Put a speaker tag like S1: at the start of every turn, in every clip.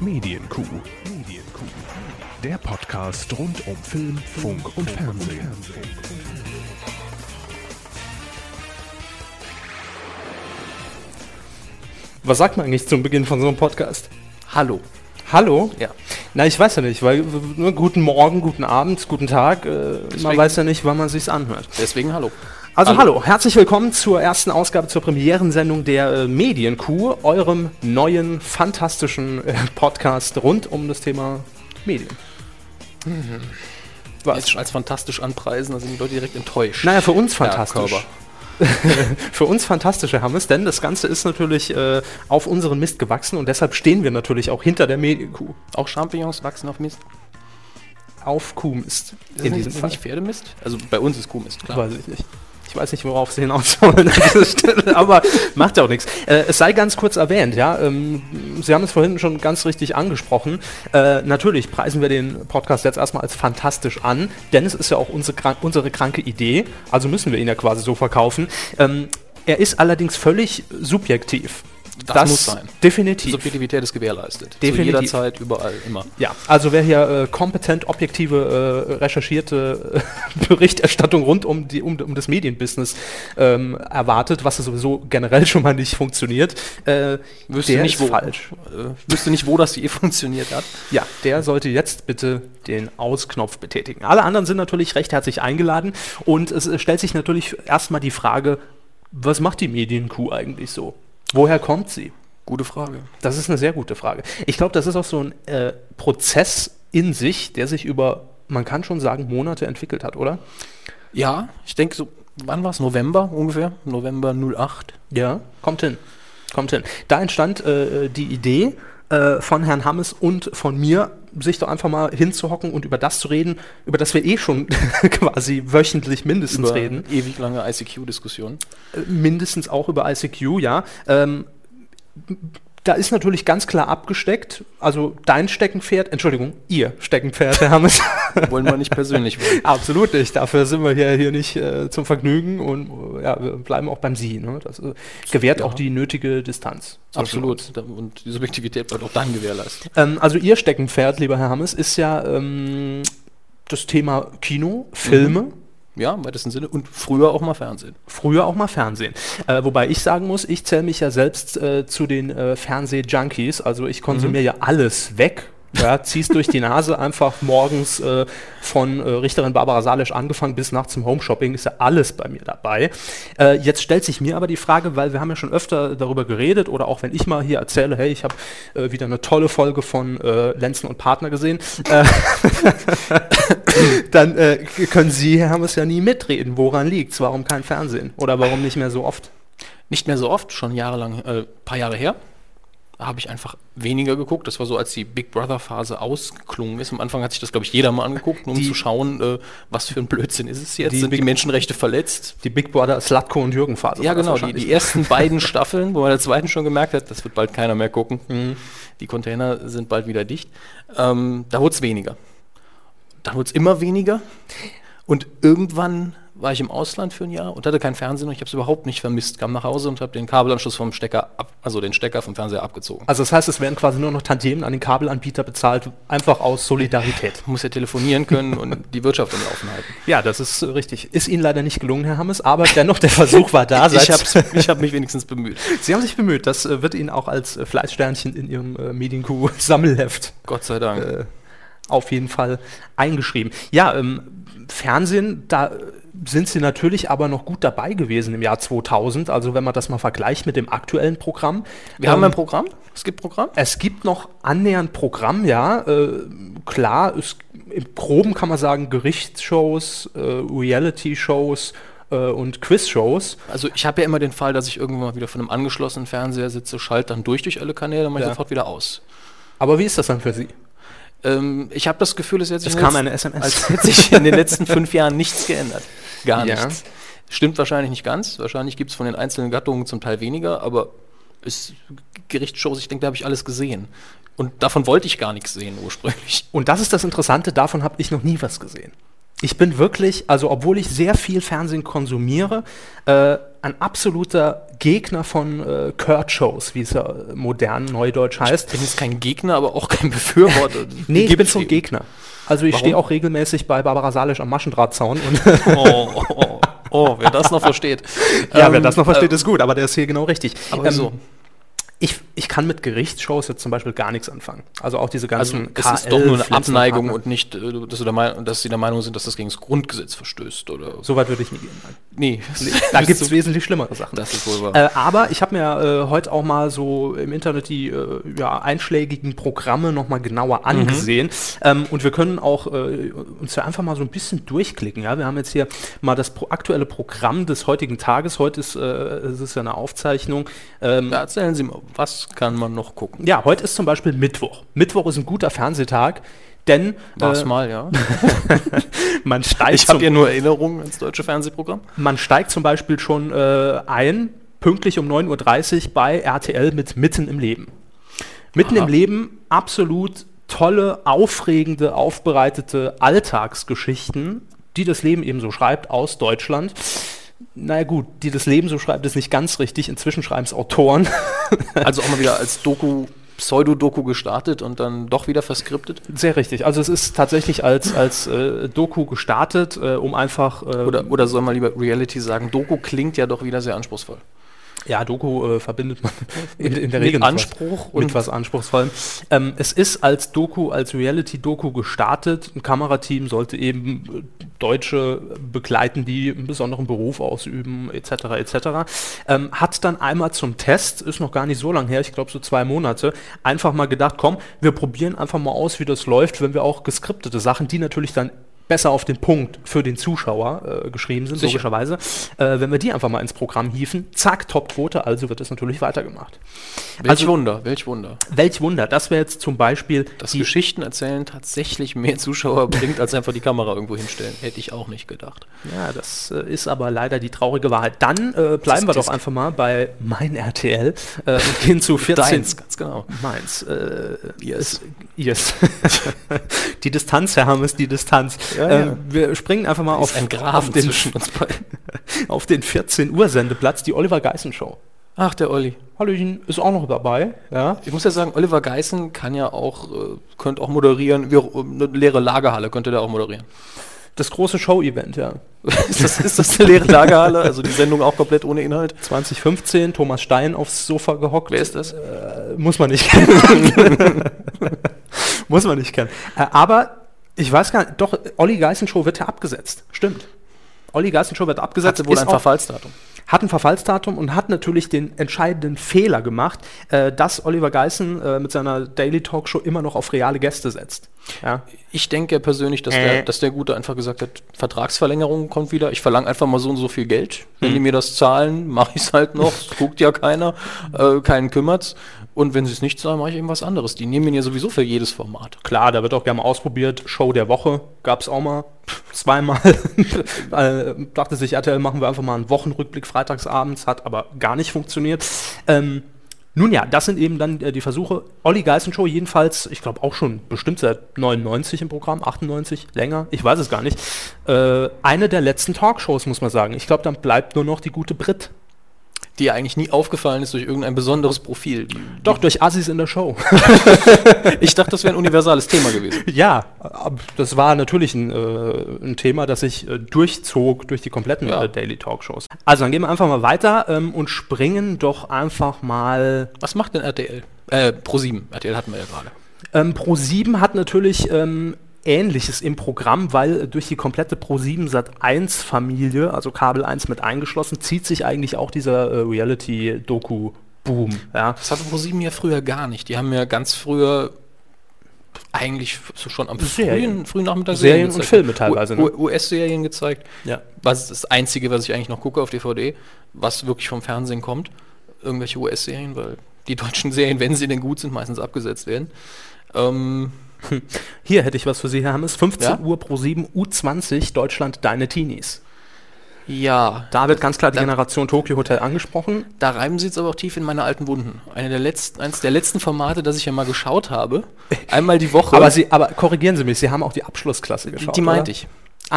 S1: Medienkuh. Medienkuh. Der Podcast rund um Film, Funk und Fernsehen.
S2: Was sagt man eigentlich zum Beginn von so einem Podcast?
S3: Hallo.
S2: Hallo?
S3: Ja.
S2: Na, ich weiß ja nicht, weil nur guten Morgen, guten Abend, guten Tag, äh, man
S3: Deswegen-
S2: weiß ja nicht, wann man sich's anhört.
S3: Deswegen hallo.
S2: Also hallo.
S3: Hallo.
S2: herzlich willkommen zur ersten Ausgabe zur Premierensendung der äh, Medienkuh, eurem neuen fantastischen äh, Podcast rund um das Thema Medien.
S3: Mhm. Jetzt schon als fantastisch anpreisen, da sind die Leute direkt enttäuscht.
S2: Naja, für uns
S3: Herr
S2: fantastisch.
S3: Körber.
S2: für uns fantastische Hammes, denn das Ganze ist natürlich äh, auf unseren Mist gewachsen und deshalb stehen wir natürlich auch hinter der Medienkuh.
S3: Auch Champignons wachsen auf Mist.
S2: Auf Kuhmist.
S3: Ist das ist das nicht Pferdemist? Also bei uns ist Kuhmist, klar.
S2: Weiß ich nicht. Ich weiß nicht, worauf sie hinaus wollen an dieser Stelle, aber macht ja auch nichts. Äh, es sei ganz kurz erwähnt, ja, ähm, Sie haben es vorhin schon ganz richtig angesprochen. Äh, natürlich preisen wir den Podcast jetzt erstmal als fantastisch an, denn es ist ja auch unsere, krank unsere kranke Idee, also müssen wir ihn ja quasi so verkaufen. Ähm, er ist allerdings völlig subjektiv.
S3: Das muss sein. Also Die
S2: Definitiv.
S3: Subjektivität ist gewährleistet.
S2: Definitiv.
S3: Zu jeder Zeit, überall, immer.
S2: Ja, also wer hier äh, kompetent, objektive, äh, recherchierte äh, Berichterstattung rund um, die, um, um das Medienbusiness ähm, erwartet, was ja sowieso generell schon mal nicht funktioniert, äh,
S3: Wüsste
S2: der
S3: nicht,
S2: ist
S3: wo.
S2: falsch.
S3: Äh, wüsste nicht, wo das je funktioniert hat.
S2: Ja, der sollte jetzt bitte den Ausknopf betätigen. Alle anderen sind natürlich recht herzlich eingeladen und es äh, stellt sich natürlich erstmal die Frage, was macht die Medienkuh eigentlich so? Woher kommt sie?
S3: Gute Frage.
S2: Das ist eine sehr gute Frage. Ich glaube, das ist auch so ein äh, Prozess in sich, der sich über, man kann schon sagen, Monate entwickelt hat, oder?
S3: Ja, ich denke so, wann war es? November ungefähr? November 08.
S2: Ja. Kommt hin. Kommt hin. Da entstand äh, die Idee äh, von Herrn Hammes und von mir, sich doch einfach mal hinzuhocken und über das zu reden, über das wir eh schon quasi wöchentlich mindestens reden. Äh,
S3: ewig lange ICQ-Diskussion.
S2: mindestens auch über ICQ, ja. Ähm, da ist natürlich ganz klar abgesteckt, also dein Steckenpferd, Entschuldigung, ihr Steckenpferd, Herr Hammes.
S3: Wollen wir nicht persönlich werden.
S2: Absolut nicht, dafür sind wir hier, hier nicht äh, zum Vergnügen und äh, ja, wir bleiben auch beim Sie. Ne? Das äh, gewährt
S3: Ja.
S2: auch die nötige Distanz. zwischen uns.
S3: Absolut. Da- Und die Subjektivität bleibt auch dann gewährleistet.
S2: Ähm, also Ihr Steckenpferd, lieber Herr Hammes, ist ja ähm, das Thema Kino, Filme.
S3: Mhm. Ja, im weitesten Sinne. Und früher auch mal Fernsehen.
S2: Früher auch mal Fernsehen. Äh, wobei ich sagen muss, ich zähle mich ja selbst äh, zu den äh, Fernseh-Junkies. Also ich konsumiere ja alles weg. Ja, ziehst durch die Nase einfach morgens äh, von äh, Richterin Barbara Salisch angefangen bis nachts zum Homeshopping, ist ja alles bei mir dabei. Äh, jetzt stellt sich mir aber die Frage, weil wir haben ja schon öfter darüber geredet oder auch wenn ich mal hier erzähle, hey, ich habe äh, wieder eine tolle Folge von äh, Lenzen und Partner gesehen, äh, dann äh, können Sie, Herr Hammes, ja nie mitreden. Woran liegt's? Warum kein Fernsehen? Oder warum nicht mehr so oft?
S3: Nicht mehr so oft, schon jahrelang, äh, paar Jahre her. Da habe ich einfach weniger geguckt. Das war so, als die Big Brother-Phase ausgeklungen ist. Am Anfang hat sich das, glaube ich, jeder mal angeguckt, nur um
S2: Die-
S3: zu schauen, äh, was für ein Blödsinn ist es jetzt.
S2: Die
S3: Sind
S2: Big-
S3: die Menschenrechte verletzt?
S2: Die Big Brother Slatko und Jürgen Phase. war
S3: Ja,
S2: das
S3: genau. Die,
S2: wahrscheinlich.
S3: die ersten beiden Staffeln, wo man der zweiten schon gemerkt hat, das wird bald keiner mehr gucken.
S2: Mhm.
S3: Die Container sind bald wieder dicht. Ähm, da wurde es weniger. Dann wurde es immer weniger. Und irgendwann war ich im Ausland für ein Jahr und hatte kein Fernsehen und ich habe es überhaupt nicht vermisst. Kam nach Hause und habe den Kabelanschluss vom Stecker ab, also den Stecker vom Fernseher abgezogen.
S2: Also das heißt, es werden quasi nur noch Tantiemen an den Kabelanbieter bezahlt, einfach aus Solidarität.
S3: Man muss ja telefonieren können und die Wirtschaft am Laufen halten.
S2: Ja, das ist äh, richtig. Ist Ihnen leider nicht gelungen, Herr Hammes, aber dennoch der Versuch war da.
S3: ich
S2: Seit's-
S3: habe ich hab mich wenigstens bemüht.
S2: Sie haben sich bemüht. Das äh, wird Ihnen auch als äh, Fleißsternchen in Ihrem äh, Medienkuh-Sammelheft
S3: Gott sei Dank.
S2: äh, auf jeden Fall eingeschrieben. Ja, ähm, Fernsehen, da äh, sind sie natürlich aber noch gut dabei gewesen im Jahr 2000. Also wenn man das mal vergleicht mit dem aktuellen Programm.
S3: Wir
S2: ähm,
S3: haben ein Programm. Es gibt Programm.
S2: Es gibt noch annähernd Programm, ja. Äh, klar, es, im Groben kann man sagen Gerichtsshows, äh, Reality-Shows äh, und Quiz-Shows.
S3: Also ich habe ja immer den Fall, dass ich irgendwann mal wieder von einem angeschlossenen Fernseher sitze, schalte dann durch durch alle Kanäle, dann mache ich
S2: Ja.
S3: sofort wieder aus.
S2: Aber wie ist das dann für Sie?
S3: Ähm, ich habe das Gefühl, es hat sich,
S2: Es
S3: in den
S2: kam
S3: letzten-
S2: eine SMS.
S3: als hätte sich in den letzten fünf Jahren nichts geändert. Gar
S2: Ja.
S3: nichts. Stimmt wahrscheinlich nicht ganz. Wahrscheinlich gibt es von den einzelnen Gattungen zum Teil weniger, aber es, Gerichtsshows, ich denke, da habe ich alles gesehen. Und davon wollte ich gar nichts sehen ursprünglich.
S2: Und das ist das Interessante, davon habe ich noch nie was gesehen. Ich bin wirklich, also obwohl ich sehr viel Fernsehen konsumiere, äh, ein absoluter Gegner von äh, Kurt-Shows, wie es ja modern neudeutsch heißt.
S3: bin jetzt kein Gegner, aber auch kein Befürworter.
S2: Nee, ich bin
S3: Gibt's
S2: so ein Gegner. Also ich
S3: Warum?
S2: stehe auch regelmäßig bei Barbara Salisch am Maschendrahtzaun und
S3: Oh, oh, oh, oh, wer das noch versteht.
S2: Ja,
S3: Ähm,
S2: wer das noch versteht,
S3: äh,
S2: ist gut, aber der ist hier genau richtig.
S3: aber so.
S2: ich, ich kann mit Gerichtsshows jetzt zum Beispiel gar nichts anfangen. Also auch diese
S3: Also
S2: ganzen
S3: es ist doch nur eine
S2: KL-Flitzen-
S3: Abneigung
S2: Partner.
S3: und nicht, äh, dass, du der Meinung, dass sie der Meinung sind, dass das gegen das Grundgesetz verstößt oder so.
S2: So weit würde ich nie gehen. Nein.
S3: Nee, Ähm,
S2: Da gibt es wesentlich schlimmere Sachen.
S3: Das ist wohl wahr.
S2: Äh, aber ich habe mir äh, heute auch mal so im Internet die äh, ja, einschlägigen Programme nochmal
S3: Mhm.
S2: genauer angesehen. Ähm, und wir können auch äh, uns ja einfach mal so ein bisschen durchklicken. Ja? Wir haben jetzt hier mal das pro aktuelle Programm des heutigen Tages. Heute ist äh, es ist ja eine Aufzeichnung. Ähm,
S3: Na, erzählen Sie mal, was kann man noch gucken?
S2: Ja, heute ist zum Beispiel Mittwoch. Mittwoch ist ein guter Fernsehtag, denn
S3: War's
S2: äh,
S3: mal, ja.
S2: man, steigt
S3: Ich habe ja
S2: zum,
S3: nur Erinnerungen ans deutsche Fernsehprogramm.
S2: man steigt zum Beispiel schon äh, ein, pünktlich um 9.30 Uhr bei RTL mit Mitten im Leben. Mitten im Leben absolut tolle, aufregende, aufbereitete Alltagsgeschichten, die das Leben eben so schreibt aus Deutschland. Naja gut, die das Leben so schreibt, ist nicht ganz richtig. Inzwischen schreiben es Autoren.
S3: Also auch mal wieder als Doku, Pseudodoku gestartet und dann doch wieder verskriptet.
S2: Sehr richtig. Also es ist tatsächlich als, als äh, Doku gestartet, äh, um einfach... Äh,
S3: Oder, oder soll man lieber Reality sagen? Doku klingt ja doch wieder sehr anspruchsvoll.
S2: Ja, Doku äh, verbindet man in, in der
S3: mit
S2: Regel
S3: Anspruch
S2: mit was,
S3: und-
S2: mit was Anspruchsvollem. Ähm, es ist als Doku, als Reality-Doku gestartet. Ein Kamerateam sollte eben äh, Deutsche begleiten, die einen besonderen Beruf ausüben, etc. etc. Ähm, hat dann einmal zum Test, ist noch gar nicht so lang her, ich glaube so zwei Monate, einfach mal gedacht, komm, wir probieren einfach mal aus, wie das läuft, wenn wir auch geskriptete Sachen, die natürlich dann besser auf den Punkt für den Zuschauer äh, geschrieben sind,
S3: Sicher.
S2: logischerweise. Äh, wenn wir die einfach mal ins Programm hieven, zack, Top-Quote, also wird es natürlich weitergemacht.
S3: Welch
S2: Also-
S3: Wunder, welch Wunder.
S2: Welch Wunder, das wäre jetzt zum Beispiel
S3: Dass
S2: die
S3: Geschichten erzählen tatsächlich mehr Zuschauer bringt, als einfach die Kamera irgendwo hinstellen. Hätte ich auch nicht gedacht.
S2: Ja, das äh, ist aber leider die traurige Wahrheit. Dann äh, bleiben wir
S3: Das-
S2: doch einfach mal bei mein RTL äh, und gehen zu 14.
S3: Deins, ganz genau.
S2: Meins. Äh,
S3: Yes.
S2: yes. die Distanz, Herr Hammes, die Distanz.
S3: Ja,
S2: ähm,
S3: ja.
S2: Wir springen einfach mal auf, auf, den,
S3: uns beiden.
S2: auf den 14 Uhr Sendeplatz, die Oliver Geissen Show.
S3: Ach, der Olli.
S2: Hallöchen ist auch noch dabei. Ja.
S3: Ich muss ja sagen, Oliver Geißen kann ja auch, äh, könnte auch moderieren, wie auch, äh, eine leere Lagerhalle könnte der auch moderieren.
S2: Das große Show-Event, ja.
S3: ist, das, ist das eine leere Lagerhalle? Also die Sendung auch komplett ohne Inhalt?
S2: 2015, Thomas Stein aufs Sofa gehockt.
S3: Wer ist das?
S2: Äh, Muss man nicht kennen. Muss man nicht kennen. Äh, aber ich weiß gar nicht, doch, Olli Geissenshow wird ja abgesetzt. Stimmt. Olli Geissenshow wird abgesetzt.
S3: Hatte wohl
S2: ist
S3: ein
S2: auch-
S3: Verfallsdatum.
S2: hat ein Verfallsdatum und hat natürlich den entscheidenden Fehler gemacht, äh, dass Oliver Geissen äh, mit seiner Daily Talk Show immer noch auf reale Gäste setzt. Ja.
S3: Ich denke persönlich, dass,
S2: Äh.
S3: der, dass der Gute einfach gesagt hat, Vertragsverlängerung kommt wieder, ich verlange einfach mal so und so viel Geld. Wenn die mir das zahlen, mache ich es halt noch, es guckt ja keiner, äh, keinen kümmert's. Und wenn sie es nicht zahlen, mache ich eben was anderes. Die nehmen ihn ja sowieso für jedes Format.
S2: Klar, da wird auch gerne mal ausprobiert. Show der Woche gab es auch mal pff, zweimal. äh, dachte sich, RTL machen wir einfach mal einen Wochenrückblick freitagsabends, hat aber gar nicht funktioniert. Ähm, nun ja, das sind eben dann äh, die Versuche. Olli Geissen Show jedenfalls, ich glaube auch schon bestimmt seit 99 im Programm, 98 länger, ich weiß es gar nicht. Äh, eine der letzten Talkshows, muss man sagen. Ich glaube, dann bleibt nur noch die gute Brit.
S3: Die ja eigentlich nie aufgefallen ist durch irgendein besonderes Profil. Die,
S2: Doch, durch Assis in der Show.
S3: ich dachte, das wäre ein universales Thema gewesen.
S2: Ja, ab- das war natürlich ein, äh, ein Thema, das sich äh, durchzog durch die kompletten
S3: Ja.
S2: äh, Daily Talk Shows. Also dann gehen wir einfach mal weiter ähm, und springen doch einfach mal.
S3: Was macht denn RTL? Äh, Pro7. RTL hatten wir ja gerade.
S2: Ähm, Pro7 hat natürlich ähm, Ähnliches im Programm, weil äh, durch die komplette Pro7 Sat 1 Familie, also Kabel 1 mit eingeschlossen, zieht sich eigentlich auch dieser äh, Reality-Doku. Boom, ja.
S3: Das hatte Pro7 ja früher gar nicht. Die haben ja ganz früher eigentlich so schon am
S2: Serien.
S3: frühen, frühen Nachmittag
S2: Serien und
S3: gezeigt.
S2: Filme teilweise,
S3: U-
S2: ne?
S3: U- US-Serien gezeigt.
S2: ja.
S3: Was ist das Einzige, was ich eigentlich noch gucke auf DVD, was wirklich vom Fernsehen kommt? Irgendwelche US-Serien, weil die deutschen Serien, wenn sie denn gut sind, meistens abgesetzt werden. Ähm,
S2: Hier hätte ich was für Sie, Herr Hammes. 15
S3: Ja?
S2: Uhr pro 7 U20 Deutschland, deine Teenies.
S3: ja,
S2: Da wird ganz klar die
S3: Da-
S2: Generation Tokyo Hotel angesprochen.
S3: da reiben sie jetzt aber auch tief in meine alten Wunden. Eine der letzten, eines der letzten Formate, das ich ja mal geschaut habe. Einmal die Woche.
S2: Aber, sie, aber korrigieren Sie mich, Sie haben auch die Abschlussklasse geschaut.
S3: die
S2: oder? Ah.
S3: meinte ich.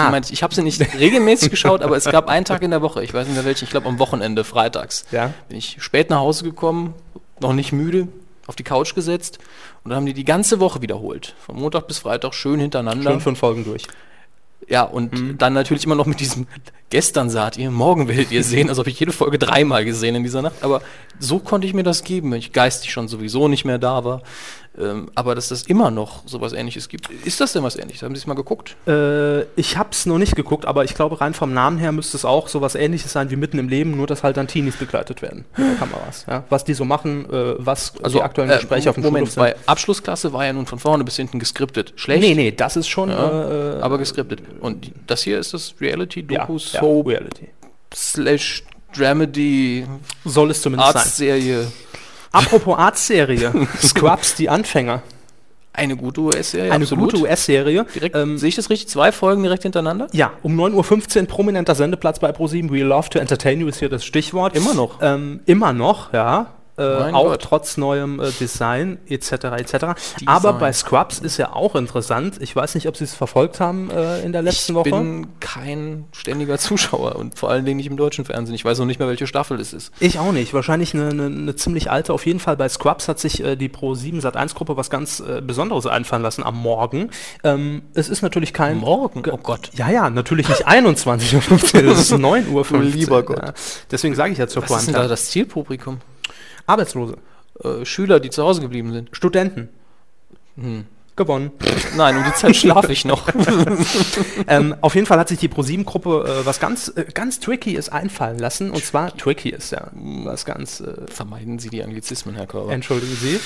S3: Ich, meine, ich habe sie nicht regelmäßig geschaut, aber es gab einen Tag in der Woche, ich weiß nicht mehr welchen, ich glaube am Wochenende, freitags.
S2: Ja.
S3: Bin ich spät nach Hause gekommen, noch nicht müde, auf die Couch gesetzt und dann haben die die ganze Woche wiederholt. Von Montag bis Freitag schön hintereinander.
S2: Schön fünf Folgen durch.
S3: Ja, und
S2: Mhm.
S3: dann natürlich immer noch mit diesem gestern saht ihr, morgen werdet ihr sehen, also habe ich jede Folge dreimal gesehen in dieser Nacht. Aber so konnte ich mir das geben, wenn ich geistig schon sowieso nicht mehr da war. Ähm, aber dass das immer noch sowas ähnliches gibt. Ist das denn was ähnliches? Haben Sie es mal geguckt?
S2: Äh, ich habe es noch nicht geguckt, aber ich glaube, rein vom Namen her müsste es auch sowas ähnliches sein wie mitten im Leben, nur dass halt dann Teenies begleitet werden mit der Kameras. Ja? Was die so machen, äh, was die aktuellen
S3: äh,
S2: Gespräche auf dem
S3: Moment,
S2: Schulhof sind.
S3: bei Abschlussklasse war ja nun von vorne bis hinten geskriptet. Schlecht,
S2: Nee, nee, das ist schon
S3: ja,
S2: äh, äh,
S3: aber geskriptet. Und das hier ist das
S2: ja,
S3: Reality-Doku-Soap
S2: ja, Reality.
S3: slash Dramedy
S2: Soll es zumindest sein.
S3: Arztserie.
S2: Apropos Arztserie, Scrubs, die Anfänger.
S3: Eine gute US-Serie,
S2: Eine gute US-Serie.
S3: Direkt,
S2: Ähm,
S3: sehe ich das richtig? Zwei Folgen direkt hintereinander?
S2: Ja, um 9.15 Uhr prominenter Sendeplatz bei ProSieben. We love to entertain you ist hier das Stichwort.
S3: Immer noch.
S2: Ähm, immer noch, ja. Äh,
S3: Mein
S2: auch
S3: Gott.
S2: trotz neuem äh, Design etc. etc. Aber
S3: Design.
S2: bei Scrubs ist ja auch interessant. Ich weiß nicht, ob Sie es verfolgt haben äh, in der letzten
S3: Ich
S2: Woche.
S3: bin kein ständiger Zuschauer und vor allen Dingen nicht im deutschen Fernsehen. Ich weiß noch nicht mehr, welche Staffel es ist.
S2: Ich auch nicht. Wahrscheinlich eine, eine, eine ziemlich alte. Auf jeden Fall bei Scrubs hat sich äh, die Pro7 Sat1-Gruppe was ganz äh, Besonderes einfallen lassen am Morgen. Ähm, es ist natürlich kein.
S3: Morgen?
S2: Ge-
S3: Oh Gott.
S2: Ja, ja, natürlich nicht 21.15 Uhr, es ist 9.15 Uhr.
S3: Lieber Gott.
S2: Ja. Deswegen sage ich ja zur
S3: Was ist denn da
S2: Pointe.
S3: das Zielpublikum?
S2: Arbeitslose,
S3: Äh, Schüler, die zu Hause geblieben sind.
S2: Studenten. Gewonnen.
S3: Nein, um die Zeit schlafe ich noch. Äh,
S2: ähm, auf jeden Fall hat sich die ProSieben-Gruppe äh, was ganz, äh, ganz Trickyes einfallen lassen. Und zwar, Tricky ist ja was ganz äh,
S3: Vermeiden Sie die Anglizismen, Herr Körber.
S2: Entschuldigen Sie.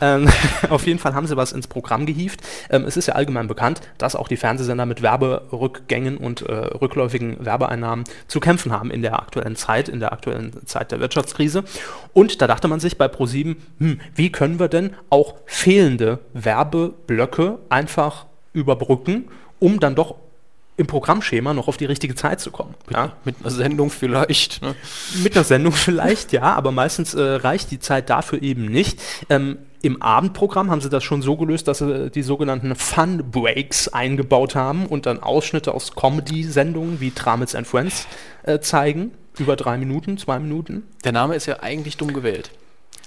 S2: Ähm, auf jeden Fall haben sie was ins Programm gehievt. Ähm, es ist ja allgemein bekannt, dass auch die Fernsehsender mit Werberückgängen und äh, rückläufigen Werbeeinnahmen zu kämpfen haben in der aktuellen Zeit, in der aktuellen Zeit der Wirtschaftskrise. Und da dachte man sich bei ProSieben, hm, wie können wir denn auch fehlende Werbeblöcke einfach überbrücken, um dann doch im Programmschema noch auf die richtige Zeit zu kommen. Ja?
S3: Mit einer Sendung vielleicht. Ne?
S2: Mit einer Sendung vielleicht, ja, aber meistens äh, reicht die Zeit dafür eben nicht. Ähm, Im Abendprogramm haben sie das schon so gelöst, dass sie die sogenannten Fun Breaks eingebaut haben und dann Ausschnitte aus Comedy-Sendungen wie Tramits and Friends äh, zeigen. Über drei Minuten, zwei Minuten.
S3: Der Name ist ja eigentlich dumm gewählt.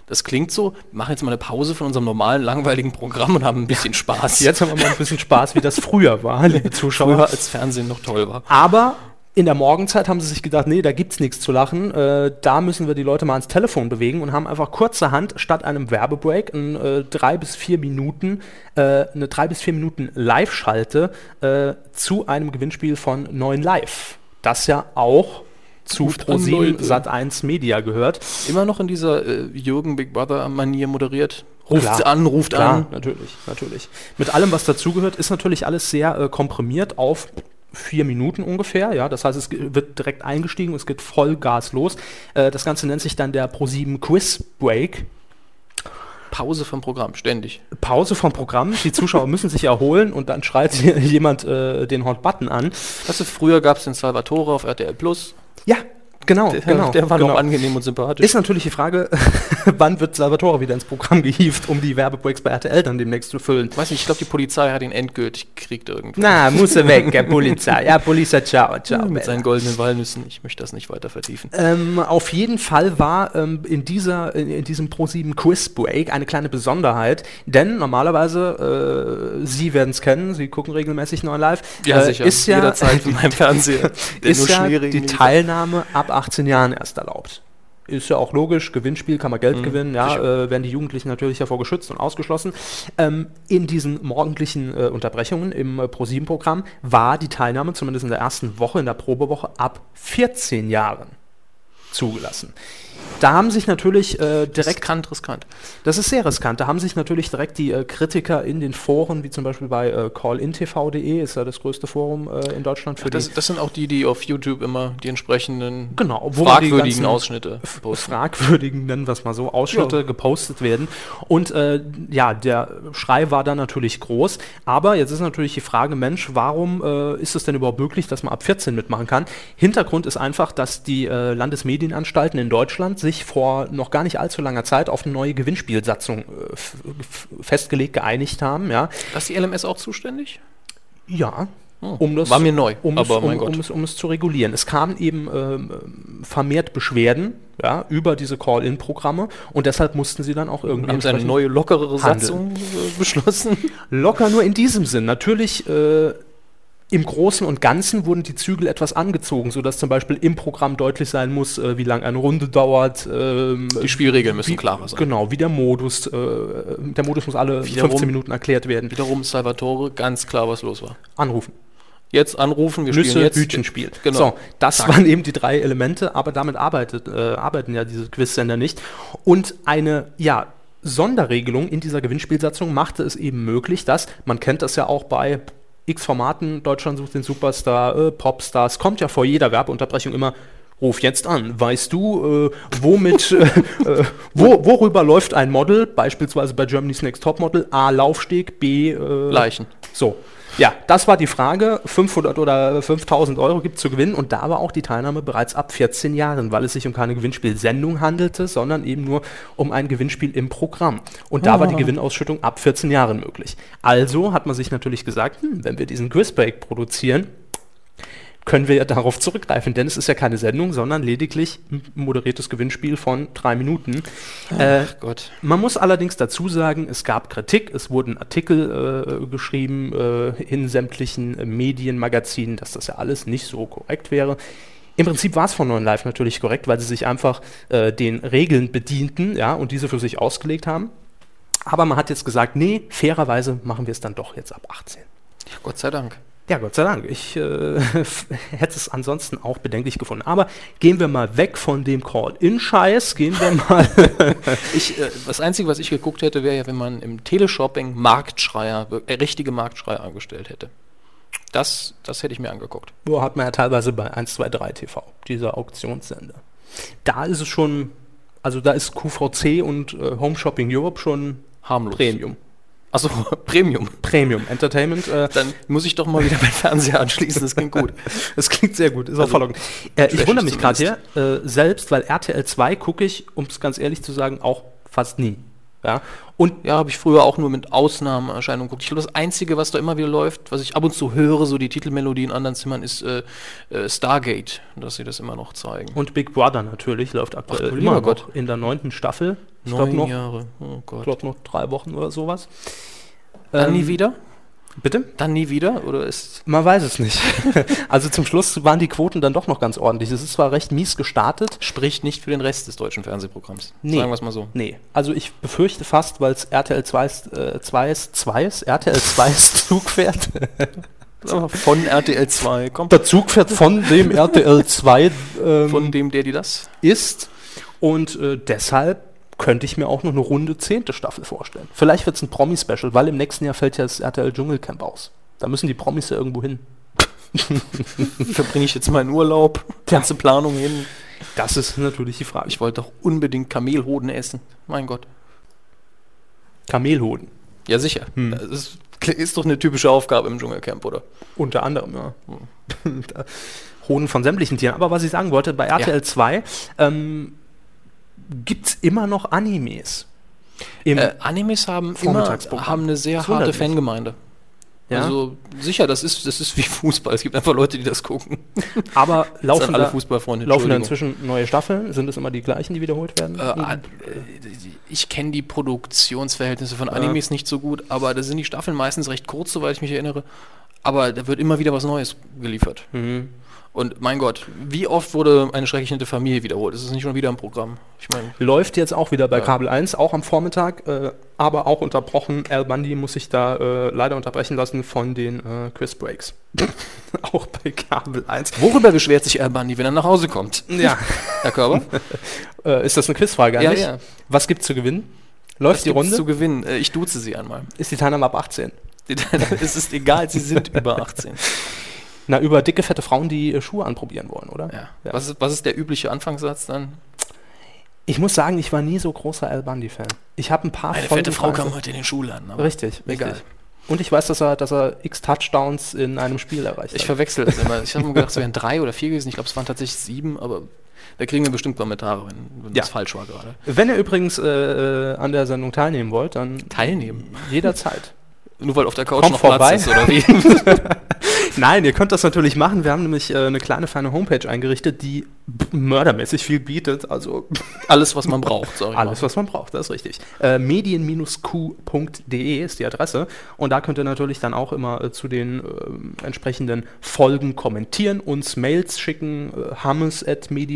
S3: Das klingt so, wir machen jetzt mal eine Pause von unserem normalen, langweiligen Programm und haben ein bisschen Spaß.
S2: Jetzt haben wir mal ein bisschen Spaß, wie das früher war, liebe Zuschauer.
S3: früher, als Fernsehen noch toll war.
S2: Aber in der Morgenzeit haben sie sich gedacht, nee, da gibt's nichts zu lachen. Äh, da müssen wir die Leute mal ans Telefon bewegen und haben einfach kurzerhand statt einem Werbebreak in äh, drei bis vier Minuten äh, eine drei bis vier Minuten Live-Schalte äh, zu einem Gewinnspiel von 9 Live. Das ja auch zu
S3: Gut an
S2: ProSieben
S3: Leute.
S2: Sat1 Media gehört.
S3: Immer noch in dieser äh, Jürgen Big Brother-Manier moderiert. Ruft
S2: Klar.
S3: an, ruft
S2: Klar,
S3: an.
S2: natürlich, natürlich. Mit allem, was dazugehört, ist natürlich alles sehr äh, komprimiert auf vier Minuten ungefähr. Ja, das heißt, es ge- wird direkt eingestiegen und es geht Vollgas los. Äh, das Ganze nennt sich dann der Pro7 Quiz Break.
S3: Pause vom Programm, ständig.
S2: Pause vom Programm. Die Zuschauer müssen sich erholen und dann schreit hier jemand äh, den Hot Button an.
S3: Weißt du, früher gab es den Salvatore auf RTL Plus.
S2: Ja, genau,
S3: Der,
S2: genau.
S3: der war
S2: genau.
S3: noch angenehm und sympathisch.
S2: Ist natürlich die Frage, wann wird Salvatore wieder ins Programm gehievt, um die Werbebreaks bei RTL dann demnächst zu füllen?
S3: weiß nicht, ich glaube, die Polizei hat ihn endgültig gekriegt irgendwann.
S2: Na, muss er weg, der Polizei. Ja, Polizei, ciao, ciao.
S3: mit
S2: Bella.
S3: seinen goldenen Walnüssen. Ich möchte das nicht weiter vertiefen.
S2: Ähm, auf jeden Fall war ähm, in, dieser, in, in diesem Pro7 Quiz Break eine kleine Besonderheit, denn normalerweise, äh, Sie werden es kennen, Sie gucken regelmäßig neu live, äh, ist ja,
S3: Jederzeit in meinem Fernseher. Der
S2: ist ja die
S3: Schneeregen-
S2: Teilnahme ab 18 Jahren erst erlaubt. Ist ja auch logisch, Gewinnspiel kann man
S3: Mhm,
S2: Geld gewinnen, ja, äh, werden die Jugendlichen natürlich davor geschützt und ausgeschlossen. Ähm, in diesen morgendlichen äh, Unterbrechungen im äh, Pro7-Programm war die Teilnahme, zumindest in der ersten Woche, in der Probewoche, ab 14 Jahren zugelassen. Da haben sich natürlich äh, direkt
S3: riskant, riskant.
S2: das ist sehr riskant. Da haben sich natürlich direkt die äh, Kritiker in den Foren, wie zum Beispiel bei äh, callintv.de, ist ja das größte Forum äh, in Deutschland für
S3: Das,
S2: die.
S3: das sind auch die, die auf YouTube immer die entsprechenden
S2: Genau, wo man die
S3: fragwürdigen
S2: ganzen-
S3: Ausschnitte posten.
S2: fragwürdigen, nennen wir es mal so, Ausschnitte
S3: Ja.
S2: gepostet werden. Und äh, ja, der Schrei war dann natürlich groß. Aber jetzt ist natürlich die Frage, Mensch, warum äh, ist es denn überhaupt möglich, dass man ab 14 mitmachen kann? Hintergrund ist einfach, dass die äh, Landesmedienanstalten in Deutschland sich vor noch gar nicht allzu langer Zeit auf eine neue Gewinnspielsatzung äh, f- f- festgelegt geeinigt haben. Ja,
S3: Ist die LMS auch zuständig?
S2: ja um das,
S3: Hm. War mir neu,
S2: um, es-
S3: aber
S2: um,
S3: mein Gott.
S2: um, es, um es zu regulieren. Es kamen eben ähm, vermehrt Beschwerden ja, über diese Call-In-Programme und deshalb mussten sie dann auch irgendwie
S3: Haben sie eine
S2: entsprechend-
S3: neue, lockerere
S2: Handeln.
S3: Satzung äh, beschlossen?
S2: Locker nur in diesem Sinn. Natürlich äh, im Großen und Ganzen wurden die Zügel etwas angezogen, sodass zum Beispiel im Programm deutlich sein muss, äh, wie lange eine Runde dauert. Ähm,
S3: Die Spielregeln müssen
S2: wie,
S3: klarer sein.
S2: Genau, wie der Modus. Äh, der Modus muss alle
S3: Wiederum-
S2: 15 Minuten erklärt werden.
S3: Wiederum Salvatore, ganz klar, was los war.
S2: Anrufen.
S3: Jetzt anrufen, wir
S2: Nüsse,
S3: spielen jetzt.
S2: Hütchenspiel.
S3: Genau.
S2: So, das waren eben die drei Elemente, aber damit arbeitet, äh, arbeiten ja diese Quizsender nicht. Und eine, ja, Sonderregelung in dieser Gewinnspielsatzung machte es eben möglich, dass, man kennt das ja auch bei X-Formaten, Deutschland sucht den Superstar, äh, Popstars, kommt ja vor jeder Werbeunterbrechung immer, ruf jetzt an, weißt du, äh, womit, äh, äh, wo, worüber läuft ein Model, beispielsweise bei Germany's Next Topmodel, A, Laufsteg, B, äh,
S3: Leichen.
S2: so, ja, das war die Frage. 500 oder 5000 Euro gibt zu gewinnen und da war auch die Teilnahme bereits ab 14 Jahren, weil es sich um keine Gewinnspielsendung handelte, sondern eben nur um ein Gewinnspiel im Programm. Und da war die Gewinnausschüttung ab 14 Jahren möglich. Also hat man sich natürlich gesagt, hm, wenn wir diesen Quizbreak produzieren, können wir ja darauf zurückgreifen, denn es ist ja keine Sendung, sondern lediglich ein moderiertes Gewinnspiel von drei Minuten. Äh,
S3: Gott.
S2: man muss allerdings dazu sagen, es gab Kritik, es wurden Artikel äh, geschrieben äh, in sämtlichen äh, Medienmagazinen, dass das ja alles nicht so korrekt wäre. Im Prinzip war es von 9 Live natürlich korrekt, weil sie sich einfach äh, den Regeln bedienten ja, und diese für sich ausgelegt haben. Aber man hat jetzt gesagt, nee, fairerweise machen wir es dann doch jetzt ab 18.
S3: Ja, Gott sei Dank.
S2: Ja, Gott sei Dank. Ich äh, hätte es ansonsten auch bedenklich gefunden. Aber gehen wir mal weg von dem Call-In-Scheiß, gehen wir mal
S3: Ich, äh, das Einzige, was ich geguckt hätte, wäre ja, wenn man im Teleshopping Marktschreier, äh, richtige Marktschreier angestellt hätte. Das, das hätte ich mir angeguckt.
S2: Wo hat man ja teilweise bei 123 TV, dieser Auktionssender. Da ist es schon, also da ist QVC und äh, Home Shopping Europe schon
S3: Harmlos.
S2: Premium.
S3: Achso, Premium.
S2: Premium Entertainment. Äh,
S3: Dann muss ich doch mal wieder meinen Fernseher anschließen, das klingt gut.
S2: das klingt sehr gut, ist auch
S3: Also,
S2: verlockend. Äh, ich
S3: trashig
S2: wundere mich gerade hier äh, selbst, weil RTL 2 gucke ich, um es ganz ehrlich zu sagen, auch fast nie. Ja? Und
S3: Ja, habe ich früher auch nur mit Ausnahmeerscheinungen geguckt. Ich glaube, das Einzige, was da immer wieder läuft, was ich ab und zu höre, so die Titelmelodie in anderen Zimmern, ist äh, äh, Stargate, dass sie das immer noch zeigen.
S2: Und Big Brother natürlich läuft aktuell
S3: Ach, du
S2: immer
S3: lieber
S2: noch
S3: Gott.
S2: in der neunten Staffel. Ich glaube
S3: Neun
S2: noch,
S3: Jahre. Oh Gott.
S2: glaub noch drei Wochen oder sowas.
S3: Dann nie
S2: Ähm,
S3: wieder?
S2: Bitte?
S3: Dann nie wieder? Oder ist.
S2: Man weiß es nicht. also zum Schluss waren die Quoten dann doch noch ganz ordentlich. Es ist zwar recht mies gestartet.
S3: Spricht nicht für den Rest des deutschen Fernsehprogramms.
S2: Nee.
S3: Sagen wir es mal so.
S2: Nee, also ich befürchte fast, weil es RTL 2 ist, äh, 2 ist, 2 ist, RTL 2 ist Zugpferd.
S3: Von RTL 2 kommt.
S2: Der Zugpferd von dem RTL 2 ähm,
S3: Von dem, der die das.
S2: ist. Und äh, deshalb könnte ich mir auch noch eine runde zehnte Staffel vorstellen. Vielleicht wird es ein Promi-Special, weil im nächsten Jahr fällt ja das RTL Dschungelcamp aus. Da müssen die Promis ja irgendwo hin.
S3: Verbringe ich jetzt meinen Urlaub, ganze Planung hin.
S2: Das ist natürlich die Frage.
S3: Ich wollte doch unbedingt Kamelhoden essen. Mein Gott.
S2: Kamelhoden.
S3: Ja, sicher.
S2: Hm.
S3: Das ist, ist doch eine typische Aufgabe im Dschungelcamp, oder?
S2: Unter anderem, ja. Da- Hoden von sämtlichen Tieren. Aber was ich sagen wollte, bei RTL 2 ähm, gibt es immer noch Animes. Im,
S3: Äh, Animes haben immer
S2: Vormittagsprogramm.
S3: haben eine sehr
S2: Das wundert
S3: harte
S2: mich.
S3: Fangemeinde.
S2: ja?
S3: Also sicher, das ist, das ist wie Fußball. Es gibt einfach Leute, die das gucken.
S2: aber
S3: Das
S2: laufen
S3: sind alle
S2: da,
S3: Fußballfreunde.
S2: laufen da
S3: Entschuldigung.
S2: inzwischen neue Staffeln? Sind es immer die gleichen, die wiederholt werden? Mhm.
S3: Äh, äh, ich kenne die Produktionsverhältnisse von Animes nicht so gut, aber da sind die Staffeln meistens recht kurz, soweit ich mich erinnere. Aber da wird immer wieder was Neues geliefert.
S2: Mhm.
S3: Und mein Gott, wie oft wurde eine schrecklich nette Familie wiederholt? Es ist nicht schon wieder ein Programm. Ich meine,
S2: Läuft jetzt auch wieder bei
S3: Ja.
S2: Kabel 1, auch am Vormittag, äh, aber auch unterbrochen. Al Bundy muss sich da äh, leider unterbrechen lassen von den äh, Quiz Breaks. auch bei Kabel 1.
S3: worüber beschwert sich Al Bundy, wenn er nach Hause kommt?
S2: Ja,
S3: Herr Körber?
S2: äh, ist das eine Quizfrage
S3: Ja,
S2: eigentlich?
S3: ja.
S2: Was gibt's zu gewinnen? Läuft die
S3: gibt's
S2: Runde?
S3: zu gewinnen. Äh, Ich duze sie einmal.
S2: Ist die Teilnahme ab 18?
S3: es ist egal, sie sind über 18.
S2: Na, über dicke, fette Frauen, die äh, Schuhe anprobieren wollen, oder?
S3: Ja. Was, ist, was ist der übliche Anfangssatz dann?
S2: Ich muss sagen, ich war nie so großer Al Bundy-Fan. Ich habe ein paar
S3: Eine
S2: Folgen
S3: fette Frau
S2: von-
S3: kam heute in den Schuh an. aber
S2: Richtig, richtig.
S3: Egal.
S2: Und ich weiß, dass er, dass er x Touchdowns in einem Spiel erreicht
S3: Ich
S2: hat.
S3: verwechsel das immer. Ich habe mir gedacht, es wären drei oder vier gewesen. Ich glaube, es waren tatsächlich sieben, aber da kriegen wir bestimmt Kommentare, wenn, wenn
S2: Ja.
S3: das falsch war gerade.
S2: Wenn ihr übrigens äh, äh, an der Sendung teilnehmen wollt, dann
S3: Teilnehmen.
S2: jederzeit.
S3: Nur weil auf der Couch
S2: Kommt
S3: noch
S2: vorbei.
S3: Platz ist, oder wie?
S2: Nein, ihr könnt das natürlich machen. Wir haben nämlich äh, eine kleine feine Homepage eingerichtet, die b- mördermäßig viel bietet. Also
S3: Alles, was man braucht, sag ich
S2: alles, was man braucht, das ist richtig. Äh, Medien-q.de ist die Adresse. Und da könnt ihr natürlich dann auch immer äh, zu den ähm, entsprechenden Folgen kommentieren, uns Mails schicken, äh,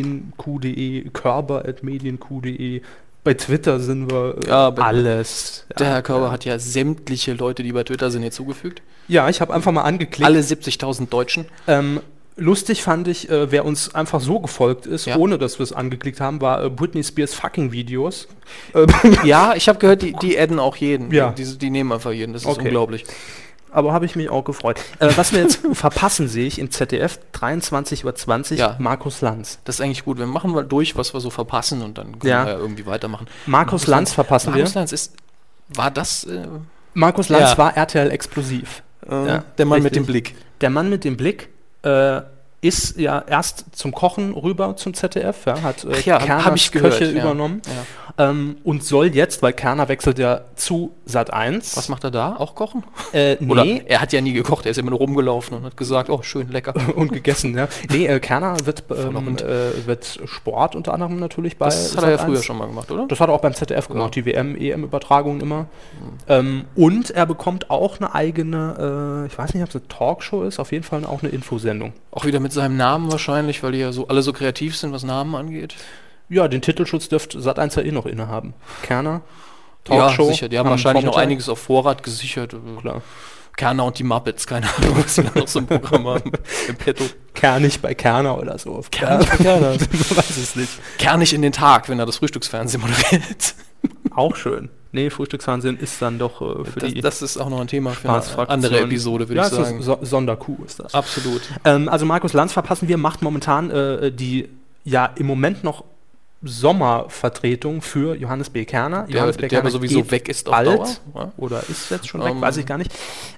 S2: hammes.medienq.de, körper.medienq.de. Bei Twitter sind wir äh,
S3: Ja, bei-
S2: alles.
S3: Der Herr Körber hat ja sämtliche Leute, die bei Twitter sind, hinzugefügt.
S2: Ja, ich habe einfach mal angeklickt.
S3: Alle 70.000 Deutschen.
S2: Ähm, lustig fand ich, äh, wer uns einfach so gefolgt ist,
S3: Ja.
S2: ohne dass wir es angeklickt haben, war äh, Britney Spears fucking Videos. Äh,
S3: Ja, ich habe gehört, die, die adden auch jeden.
S2: Ja.
S3: Die, die nehmen einfach jeden. Das ist
S2: Okay.
S3: unglaublich.
S2: Aber habe ich mich auch gefreut. Äh, was wir jetzt verpassen, sehe ich im ZDF, 23.20 Uhr,
S3: Ja.
S2: Markus Lanz.
S3: Das ist eigentlich gut. Wir machen mal durch, was wir so verpassen und dann können
S2: Ja.
S3: wir ja irgendwie weitermachen.
S2: Markus Lanz verpassen
S3: Markus
S2: wir.
S3: Lanz ist. War das äh,
S2: Markus Lanz
S3: Ja.
S2: war RTL explosiv. Ja,
S3: der Mann mit
S2: Ähm, richtig.
S3: dem Blick?
S2: Der Mann mit dem Blick äh, ist ja erst zum Kochen rüber zum ZDF, ja, hat äh,
S3: Ach ja, hab-
S2: Kerners
S3: hab ich gehört,
S2: Köche
S3: ja.
S2: übernommen
S3: Ja.
S2: ähm, und soll jetzt, weil Kerner wechselt ja zu Sat 1.
S3: Was macht er da? Auch kochen?
S2: äh, nee,
S3: Oder er hat ja nie gekocht. Er ist immer nur rumgelaufen und hat gesagt: Oh, schön, lecker.
S2: und gegessen, ja. Nee, äh, Kerner wird,
S3: Voller
S2: ähm,
S3: Hund.
S2: äh, wird Sport unter anderem natürlich bei.
S3: Das hat er ja
S2: Sat.1.
S3: früher schon mal gemacht, oder?
S2: Das hat er auch beim ZDF gemacht, die WM, EM-Übertragungen immer. Ähm, und er bekommt auch eine eigene, äh, ich weiß nicht, ob es eine Talkshow ist, auf jeden Fall auch eine Infosendung.
S3: Auch wieder mit seinem Namen wahrscheinlich, weil die ja so alle so kreativ sind, was Namen angeht.
S2: Ja, den Titelschutz dürfte Sat1 ja eh noch innehaben. Kerner, Talkshow. Hm,
S3: Ja, sicher. Die haben
S2: am
S3: wahrscheinlich noch
S2: Vormittag.
S3: einiges auf Vorrat gesichert.
S2: Klar.
S3: Kerner und die Muppets, keine Ahnung, was wir da noch so im Programm haben. Im Petto.
S2: Kernig bei Kerner oder so.
S3: Kernig bei Kerner.
S2: Man weiß es nicht.
S3: Kernig in den Tag, wenn er das Frühstücksfernsehen moderiert.
S2: Auch schön. Nee, Frühstücksfernsehen ist dann doch äh, für
S3: Das,
S2: die
S3: das ist auch noch ein Thema für eine
S2: Spaßfraktion.
S3: Äh, andere Episode, würde
S2: ja,
S3: ich sagen.
S2: So, Sonderkuh ist das.
S3: Absolut.
S2: Ähm, also Markus Lanz verpassen wir, macht momentan äh, die ja im Moment noch Sommervertretung für Johannes B. Kerner.
S3: Der,
S2: Johannes B.
S3: der aber sowieso
S2: geht
S3: weg ist auf
S2: bald.
S3: Dauer. Ja.
S2: Oder ist jetzt schon
S3: Ähm.
S2: weg, weiß ich gar nicht.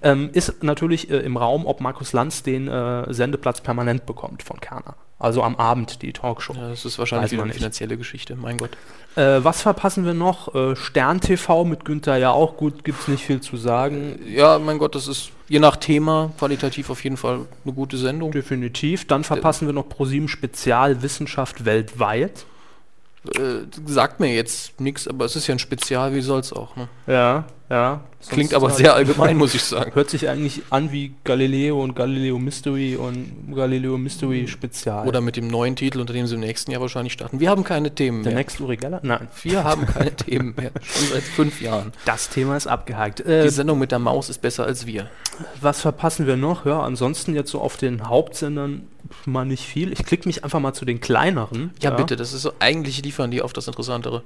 S2: Ähm, ist natürlich äh, im Raum, ob Markus Lanz den äh, Sendeplatz permanent bekommt von Kerner. Also am Abend die Talkshow.
S3: Ja, das ist wahrscheinlich
S2: Weiß
S3: wieder
S2: man
S3: eine
S2: nicht.
S3: finanzielle Geschichte, mein Gott.
S2: Äh, was verpassen wir noch? Äh, Stern TV mit Günther ja auch gut, gibt's nicht viel zu sagen.
S3: Ja, mein Gott, das ist je nach Thema qualitativ auf jeden Fall eine gute Sendung.
S2: Definitiv.
S3: Äh,
S2: Dann verpassen wir noch ProSieben Spezial Wissenschaft weltweit.
S3: Äh, sagt mir jetzt nichts, aber es ist ja ein Spezial, wie soll's auch. Ne?
S2: Ja, ja.
S3: Klingt aber sehr allgemein, muss ich sagen.
S2: Hört sich eigentlich an wie Galileo und Galileo Mystery und Galileo Mystery Spezial.
S3: Oder mit dem neuen Titel, unter dem sie im nächsten Jahr wahrscheinlich starten. Wir haben keine Themen
S2: der
S3: mehr.
S2: Next Uri Geller? Nein.
S3: Wir haben keine Themen mehr. Schon seit fünf Jahren.
S2: Das Thema ist abgehakt.
S3: Die
S2: Äh,
S3: Sendung mit der Maus ist besser als wir.
S2: was verpassen wir noch? Ja, ansonsten jetzt so auf den Hauptsendern mal nicht viel. Ich klicke mich einfach mal zu den kleineren.
S3: Ja, bitte, das ist so, eigentlich liefern die auf das Interessantere.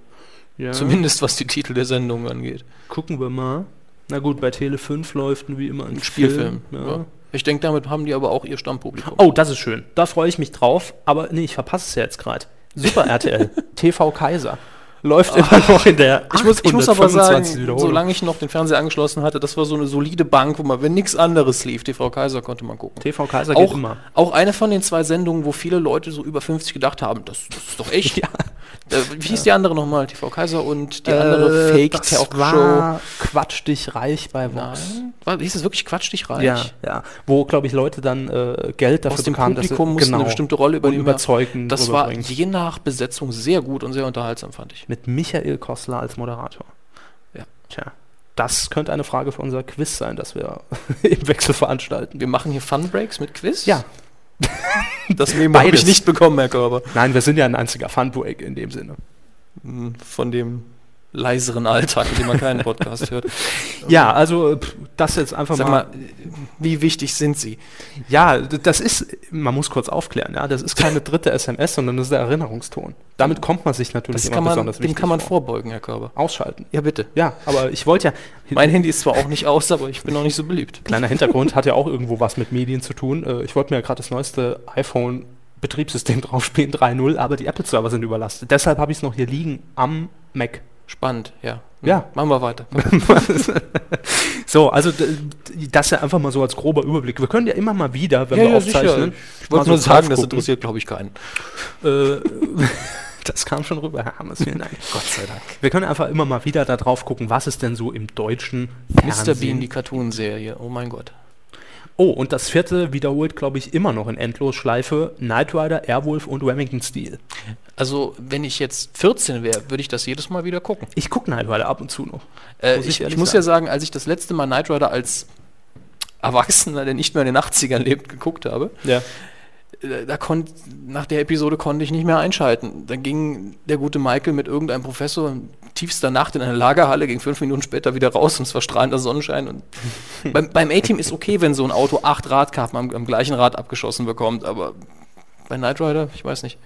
S2: Ja.
S3: Zumindest was die Titel der Sendung angeht.
S2: Gucken wir mal. Na gut, bei Tele 5 läuft wie immer ein,
S3: Ein Spielfilm.
S2: Film,
S3: ja. Ich denke, damit haben die aber auch ihr Stammpublikum.
S2: Oh, das ist schön. Da freue ich mich drauf. Aber nee, ich verpasse es ja jetzt gerade. Super RTL. TV Kaiser. Läuft immer noch in der
S3: Ich muss, ich muss aber
S2: 825
S3: sagen,
S2: Wiederholung.
S3: solange ich noch den Fernseher angeschlossen hatte, das war so eine solide Bank, wo man, wenn nichts anderes lief, TV Kaiser konnte man gucken.
S2: TV Kaiser
S3: auch, auch eine von den zwei Sendungen, wo viele Leute so über 50 gedacht haben, das, das ist doch echt.
S2: Ja. Äh,
S3: Äh, Wie hieß die andere nochmal? TV Kaiser und die
S2: Die
S3: andere Fake
S2: Talkshow.
S3: Talkshow.
S2: Quatsch dich reich bei Vox.
S3: Nein. War- Hieß es wirklich Quatsch dich reich?
S2: Ja, ja. Wo, glaube ich, Leute dann äh, Geld dafür
S3: Aus dem
S2: bekamen,
S3: Publikum
S2: dass
S3: musste
S2: sie genau,
S3: eine bestimmte Rolle
S2: und
S3: übernehmen.
S2: überzeugen.
S3: das war
S2: rüberbringen.
S3: je nach Besetzung sehr gut und sehr unterhaltsam, fand ich.
S2: mit Michael Kostler als Moderator.
S3: Ja.
S2: Tja. Das könnte eine Frage für unser Quiz sein, das wir im Wechsel veranstalten.
S3: Wir machen hier Fun Breaks mit Quiz.
S2: Ja.
S3: das Memo habe
S2: Beides.
S3: ich nicht bekommen, Herr Körber.
S2: Nein, wir sind ja ein einziger Funbreak in dem Sinne.
S3: Von dem leiseren Alltag, in dem man keinen Podcast hört.
S2: Ja, also pff, das jetzt einfach
S3: Sag
S2: mal.
S3: mal, wie wichtig sind sie?
S2: Ja, d- das ist, man muss kurz aufklären, ja, das ist keine dritte SMS, sondern das ist der Erinnerungston. Damit kommt man sich natürlich
S3: Das
S2: immer
S3: kann man,
S2: besonders
S3: dem kann man
S2: vor.
S3: vorbeugen, Herr Körber.
S2: ausschalten.
S3: Ja, bitte.
S2: Ja, aber ich wollte ja,
S3: Mein Handy ist zwar auch nicht aus, aber ich bin auch nicht so beliebt.
S2: kleiner Hintergrund, hat ja auch irgendwo was mit Medien zu tun. Äh, Ich wollte mir ja gerade das neueste iPhone Betriebssystem draufspielen, 3.0, aber die Apple-Server sind überlastet. Deshalb habe ich es noch hier liegen am Mac.
S3: Spannend, ja.
S2: Ja.
S3: Machen wir weiter.
S2: so, also d- d- das ja einfach mal so als grober Überblick. Wir können ja immer mal wieder, wenn wir aufzeichnen,
S3: Ich
S2: mal
S3: wollte
S2: so
S3: nur sagen,
S2: drauf
S3: das
S2: gucken.
S3: interessiert, glaube ich, keinen.
S2: Äh, das kam schon rüber, Herr Hammes, vielen Dank.
S3: Gott sei Dank.
S2: Wir können einfach immer mal wieder da drauf gucken, was ist denn so im deutschen
S3: Mr. Bean,
S2: Fernsehen.
S3: die Cartoon-Serie. Oh mein Gott.
S2: Oh, und das vierte wiederholt, glaube ich, immer noch in Endlosschleife Knight Rider, Airwolf und Remington Steel.
S3: Also, wenn ich jetzt 14 wäre, würde ich das jedes Mal wieder gucken.
S2: Ich gucke Knight Rider ab und zu noch.
S3: Äh,
S2: Muss ich
S3: ich ich
S2: ehrlich
S3: muss ja sagen, als ich das letzte Mal Knight Rider als Erwachsener, der nicht mehr in den 80ern lebt, geguckt habe,
S2: Ja.
S3: äh, da konnt, nach der Episode konnte ich nicht mehr einschalten. Da ging der gute Michael mit irgendeinem Professor in tiefster Nacht in eine Lagerhalle, ging fünf Minuten später wieder raus und es war strahlender Sonnenschein. Und beim beim A-Team ist okay, wenn so ein Auto acht Radkarten am, am gleichen Rad abgeschossen bekommt, aber bei Knight Rider, ich weiß nicht.